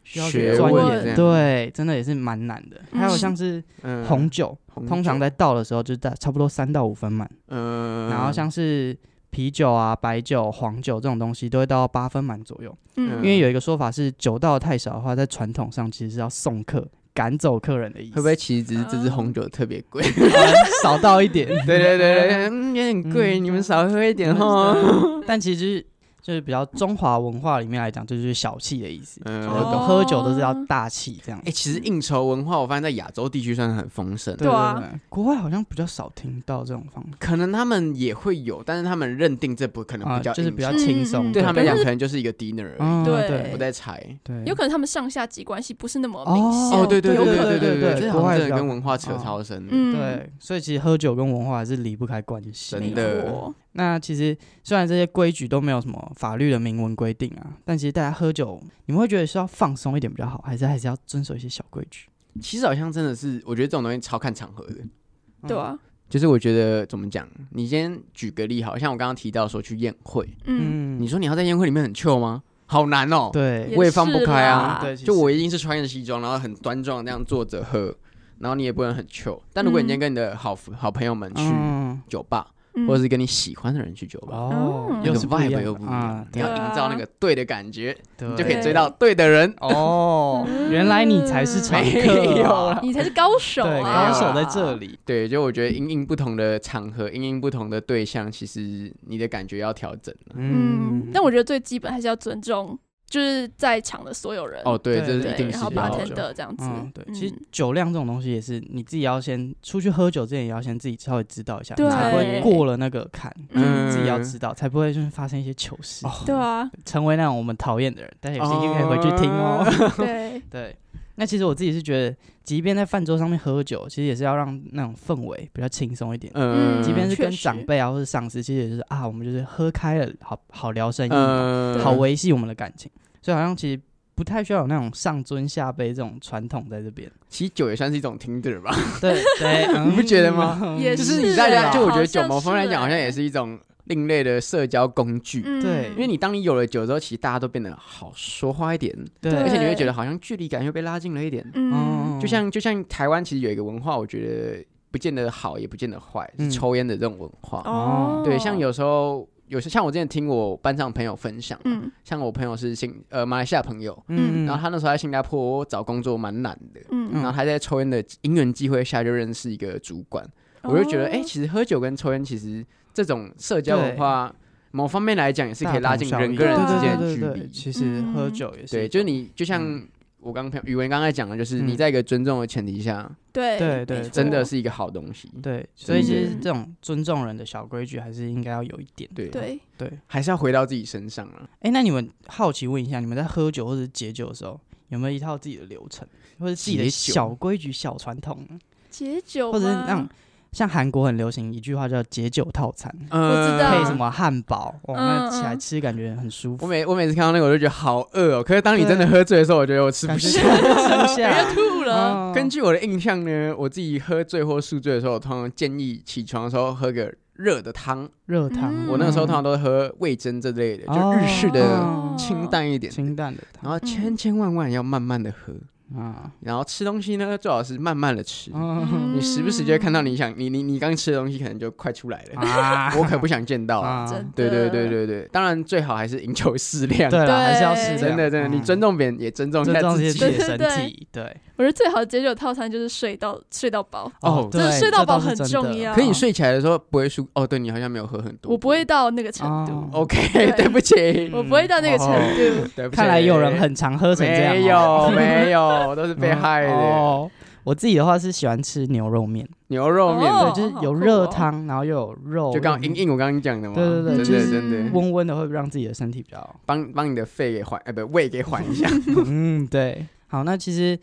Speaker 3: 需要
Speaker 2: 学
Speaker 3: 钻
Speaker 4: 问
Speaker 3: 研，
Speaker 2: 这
Speaker 3: 对，真的也是蛮难的。还有像是
Speaker 2: 嗯
Speaker 3: 红酒，
Speaker 2: 红
Speaker 3: 通常
Speaker 2: 酒
Speaker 3: 在倒的时候就在差不多三到五分满，
Speaker 2: 嗯，
Speaker 3: 然后像是。啤酒啊、白酒、黄酒这种东西都会到八分满左右，因
Speaker 4: 嗯，
Speaker 3: 为有一个说法是酒倒得太少的话，在传统上其实是要送客、赶走客人的意思，哦
Speaker 2: 会 不会其实只是这支红酒特别贵？
Speaker 3: 少倒一点？
Speaker 2: 对对 对对，嗯有点贵，
Speaker 3: 嗯
Speaker 2: 你们少喝一点哈。
Speaker 3: 但其实就是就是比较中华文化里面来讲，这就是小气的意思。
Speaker 2: 嗯
Speaker 3: 就是
Speaker 4: 哦
Speaker 3: 喝酒都是要大气这样
Speaker 2: 哎、。其实应酬文化，我发现在亚洲地区算是很丰盛的，
Speaker 4: 对啊，
Speaker 3: 国外好像比较少听到这种方法，
Speaker 2: 可能他们也会有，但是他们认定这不可能
Speaker 3: 啊
Speaker 2: 比较应
Speaker 3: 就
Speaker 2: 酬、
Speaker 3: 是比较
Speaker 4: 嗯
Speaker 3: 轻
Speaker 4: 嗯
Speaker 3: 松，
Speaker 2: 对他们来讲，
Speaker 4: 但
Speaker 2: 可能就是一个 dinner 而已。
Speaker 3: 嗯
Speaker 4: 对
Speaker 2: 我
Speaker 3: 对
Speaker 2: 在猜。
Speaker 3: 对，
Speaker 4: 有可能他们上下级关系不是那么明
Speaker 3: 哦
Speaker 4: 显。
Speaker 2: 对
Speaker 3: 有
Speaker 2: 对
Speaker 3: 可能
Speaker 2: 对
Speaker 3: 对
Speaker 2: 对，
Speaker 3: 对
Speaker 2: 这
Speaker 3: 国
Speaker 2: 好
Speaker 3: 外
Speaker 2: 像真
Speaker 3: 比
Speaker 2: 的
Speaker 3: 较哦
Speaker 2: 跟文化扯超深。
Speaker 4: 嗯，
Speaker 3: 对，所以其实喝酒跟文化还是离不开关系。啊
Speaker 2: 真
Speaker 4: 没
Speaker 2: 的
Speaker 4: 错，
Speaker 3: 那其实虽然这些规矩都没有什么法律的明文规定啊，但其实大家喝酒，你们会觉得是要放松一点比较好，还是还是要遵守一些小规矩？
Speaker 2: 其实好像真的是，我觉得这种东西超看场合的。
Speaker 3: 嗯
Speaker 4: 对啊，
Speaker 2: 就是我觉得怎么讲，你先举个例好，像我刚刚提到说去宴会，
Speaker 4: 嗯，
Speaker 3: 嗯，
Speaker 2: 你说你要在宴会里面很 chill 吗？好难哦。
Speaker 3: 对嗯
Speaker 2: 我也放不开啊
Speaker 4: 是啦
Speaker 3: 对，
Speaker 2: 就我一定是穿着西装，然后很端庄地那样坐着喝，然后你也不能很 chill。但如果你今
Speaker 4: 嗯
Speaker 2: 天跟你的好 f- 好朋友们去
Speaker 3: 嗯，
Speaker 2: 酒吧，
Speaker 4: 嗯
Speaker 2: 或者是跟你喜欢的人去酒吧，
Speaker 3: 哦
Speaker 4: 嗯，
Speaker 2: 那
Speaker 3: 又
Speaker 2: 个
Speaker 3: 是不一
Speaker 2: vibe
Speaker 3: 样
Speaker 2: 又不一样
Speaker 3: 啊，
Speaker 2: 你要
Speaker 4: 对啊
Speaker 2: 营造那个对的感觉，
Speaker 3: 对
Speaker 2: 你就可以追到对的人。
Speaker 3: 哦， 原来你才是常
Speaker 2: 没
Speaker 3: 客
Speaker 2: 有
Speaker 3: 啊，
Speaker 2: 啦
Speaker 4: 嗯你才是高手
Speaker 3: 对，
Speaker 4: 啊！
Speaker 3: 高手在这里。
Speaker 2: 对，就我觉得因应不同的场合，因应不同的对象，其实你的感觉要调整了。
Speaker 4: 嗯
Speaker 3: 嗯，，
Speaker 4: 但我觉得最基本还是要尊重，就是在场的所有人
Speaker 2: 哦，对，
Speaker 3: 对
Speaker 2: 这是一
Speaker 4: 对，
Speaker 2: 定
Speaker 4: 然
Speaker 2: 是
Speaker 4: 后
Speaker 2: 要
Speaker 4: bartender 这样子
Speaker 3: 嗯，，对，
Speaker 4: 嗯
Speaker 3: 其实酒量这种东西也是你自己要先出去喝酒之前也要先自己稍微知道一下，
Speaker 4: 对
Speaker 3: 你才不会过了那个坎，
Speaker 4: 嗯
Speaker 2: 嗯
Speaker 3: 自己要知道，才不会就是发生一些糗事，
Speaker 4: 对啊，
Speaker 3: 成为那种我们讨厌的人。但是有兴趣可以回去听哦。
Speaker 4: 对，
Speaker 3: 对，那其实我自己是觉得，即便在饭桌上面喝酒，其实也是要让那种氛围比较轻松一点。
Speaker 4: 嗯
Speaker 3: 即便是
Speaker 4: 确
Speaker 3: 跟
Speaker 4: 实
Speaker 3: 长辈啊或者上司，其实也是啊，我们就是喝开了，好好聊生意嘛，
Speaker 2: 嗯
Speaker 3: 好维系我们的感情。所以好像其实不太需要有那种上尊下卑这种传统在这 边。嗯
Speaker 2: 其实酒也算是一种 Tinder 吧，
Speaker 3: 对对，你
Speaker 2: 不觉得吗？
Speaker 4: 也
Speaker 2: 就是是你大
Speaker 4: 啦
Speaker 2: 家就我觉
Speaker 4: 好
Speaker 2: 得
Speaker 4: 像
Speaker 2: 酒某方面来讲，
Speaker 4: 是
Speaker 2: 好像
Speaker 4: 欸
Speaker 2: 也是一种另类的社交工具。
Speaker 4: 嗯
Speaker 3: 对
Speaker 2: 因为你当你有了酒之后，其实大家都变得好说话一点，
Speaker 3: 对，
Speaker 2: 而且你会
Speaker 4: 对
Speaker 2: 觉得好像距离感又被拉近了一点。
Speaker 4: 嗯，
Speaker 2: 就像就像台湾其实有一个文化，我觉得不见得好，也不见得坏，
Speaker 3: 嗯
Speaker 2: 是抽烟的这种文化。
Speaker 4: 哦，
Speaker 2: 对，像有时候有时像我之前听我班上朋友分享，
Speaker 4: 嗯
Speaker 2: 像我朋友是新呃马来西亚朋友，
Speaker 4: 嗯
Speaker 2: 然后他那时候在新加坡找工作蛮难的，
Speaker 4: 嗯，
Speaker 2: 然后他在抽烟的因缘机会下就认识一个主管，我就觉得
Speaker 4: 哦
Speaker 3: 哦
Speaker 2: 哎、诶其实喝酒跟抽烟其实这种社交文化某方面来讲也
Speaker 3: 嗯
Speaker 2: 是可以拉近人跟人之间的距
Speaker 3: 对对对对
Speaker 2: 离嗯
Speaker 3: 对。其实喝酒也是一种，
Speaker 2: 对，就是你就像
Speaker 3: 嗯
Speaker 2: 我刚朋友宇文刚才讲的，就是
Speaker 3: 嗯
Speaker 2: 你在一个尊重的前提下，
Speaker 4: 对
Speaker 3: 对对
Speaker 4: 没
Speaker 2: 真的
Speaker 4: 错
Speaker 2: 是一个好东西。
Speaker 3: 对，所以其实
Speaker 4: 嗯
Speaker 3: 这种尊重人的小规矩还是应该要有一点。
Speaker 2: 对，
Speaker 4: 对，
Speaker 3: 对，
Speaker 2: 还是要回到自己身上啊。
Speaker 3: 哎，那你们好奇问一下，你们在喝酒或者解酒的时候，有没有一套自己的流程，或者自己的
Speaker 2: 解酒
Speaker 3: 小规矩、小传统呢，
Speaker 4: 解酒
Speaker 3: 或者是
Speaker 4: 吗
Speaker 3: 那种像韩国很流行一句话叫“解酒套餐”，
Speaker 2: 嗯
Speaker 4: 我知道
Speaker 3: 配
Speaker 4: 啊
Speaker 3: 什么汉堡，哇，那起来
Speaker 4: 嗯嗯
Speaker 3: 吃感觉很舒
Speaker 2: 我
Speaker 3: 服，
Speaker 2: 每我每次看到那个，我就觉得好饿哦。可是当你真的喝醉的时候，我觉得我吃
Speaker 3: 感
Speaker 2: 不
Speaker 3: 觉
Speaker 2: 下。
Speaker 3: 吃不下。
Speaker 4: 哎吐了，
Speaker 3: 嗯
Speaker 2: 根据我的印象呢，我自己喝醉或宿醉的时候，我通常建议起床的时候喝个热的汤。
Speaker 3: 热汤，
Speaker 4: 嗯
Speaker 2: 我那个时候通常都是喝味噌这类的，就日式的
Speaker 3: 哦
Speaker 2: 清淡一点，
Speaker 3: 清淡嗯的
Speaker 2: 然
Speaker 3: 汤
Speaker 2: 后千千万万要慢慢的喝，
Speaker 3: 啊，
Speaker 2: 然后吃东西呢最好是慢慢的吃。
Speaker 3: 嗯
Speaker 2: 你时不时就会看到你想你你你刚吃的东西可能就快出来了，
Speaker 3: 啊
Speaker 2: 我可不想见到啊。
Speaker 3: 啊，
Speaker 4: 真的
Speaker 2: 对对对对对，当然最好还是饮酒适量，
Speaker 3: 对了，还是要
Speaker 4: 对
Speaker 3: 适
Speaker 2: 真的真的，你尊
Speaker 3: 重
Speaker 2: 重别人也尊重一
Speaker 3: 尊
Speaker 2: 下
Speaker 3: 重
Speaker 2: 自
Speaker 3: 自
Speaker 2: 己
Speaker 3: 己
Speaker 4: 对
Speaker 3: 的
Speaker 4: 对
Speaker 3: 身
Speaker 4: 对
Speaker 3: 体，对
Speaker 4: 我觉得最好的解酒套餐就是睡到睡到饱，
Speaker 2: 哦
Speaker 4: 真的
Speaker 3: 对
Speaker 4: 睡到
Speaker 3: 这倒
Speaker 4: 饱
Speaker 3: 是
Speaker 4: 很
Speaker 3: 真
Speaker 4: 重
Speaker 3: 的
Speaker 4: 要
Speaker 2: 可以睡起来的时候不会输哦，对你好像没有喝很多，
Speaker 4: 我不会到那个程度
Speaker 3: 哦，
Speaker 2: OK，对 不起，
Speaker 4: 我不会到那个程
Speaker 2: 哦
Speaker 4: 度，
Speaker 2: 对不起。
Speaker 3: 看来有人很常喝成这样哦，
Speaker 2: 没有没有，都是被害的。
Speaker 3: 哦。我自己的话是喜欢吃牛肉面，
Speaker 2: 牛肉面
Speaker 4: 哦
Speaker 3: 对，就是
Speaker 4: 好
Speaker 3: 有
Speaker 4: 酷
Speaker 3: 热
Speaker 4: 哦
Speaker 3: 汤，然后又有肉，
Speaker 2: 就刚好应应我刚刚讲的嘛，
Speaker 3: 哦对对对
Speaker 2: 真
Speaker 3: 就
Speaker 2: 的
Speaker 3: 是
Speaker 2: 真的，
Speaker 3: 温温的，会让自己的身体比较
Speaker 2: 帮帮你的肺给缓，哎不胃给缓 一下。
Speaker 3: 嗯，对。好，那其实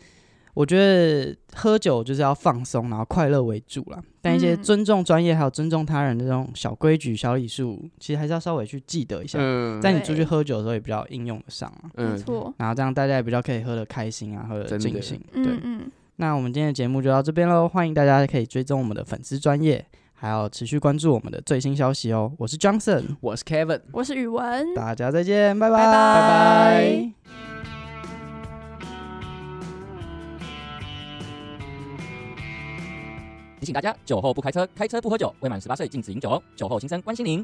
Speaker 3: 我觉得喝酒就是要放松，然后快乐为主啦。但一些
Speaker 4: 嗯
Speaker 3: 尊重专业还有尊重他人的这种小规矩、小礼数，其实还是要稍微去记得一下，
Speaker 2: 嗯
Speaker 3: 在你出去
Speaker 4: 对
Speaker 3: 喝酒的时候也比较应用得上啊。
Speaker 4: 没
Speaker 2: 嗯，
Speaker 4: 错，
Speaker 3: 然后这样大家也比较可以喝得开心啊，喝得
Speaker 2: 真的
Speaker 3: 尽兴。对
Speaker 4: 嗯，嗯，
Speaker 3: 那我们今天的节目就到这边喽，欢迎大家可以追踪我们的粉丝专业，还有持续关注我们的最新消息哦。我是 Johnson，
Speaker 2: 我是 Kevin。
Speaker 4: 我是宇文，
Speaker 3: 大家再见，拜拜
Speaker 4: 拜拜
Speaker 1: 提醒大家，酒后不开车，开车不喝酒，未满十八岁禁止饮酒哦。酒后心生关心您。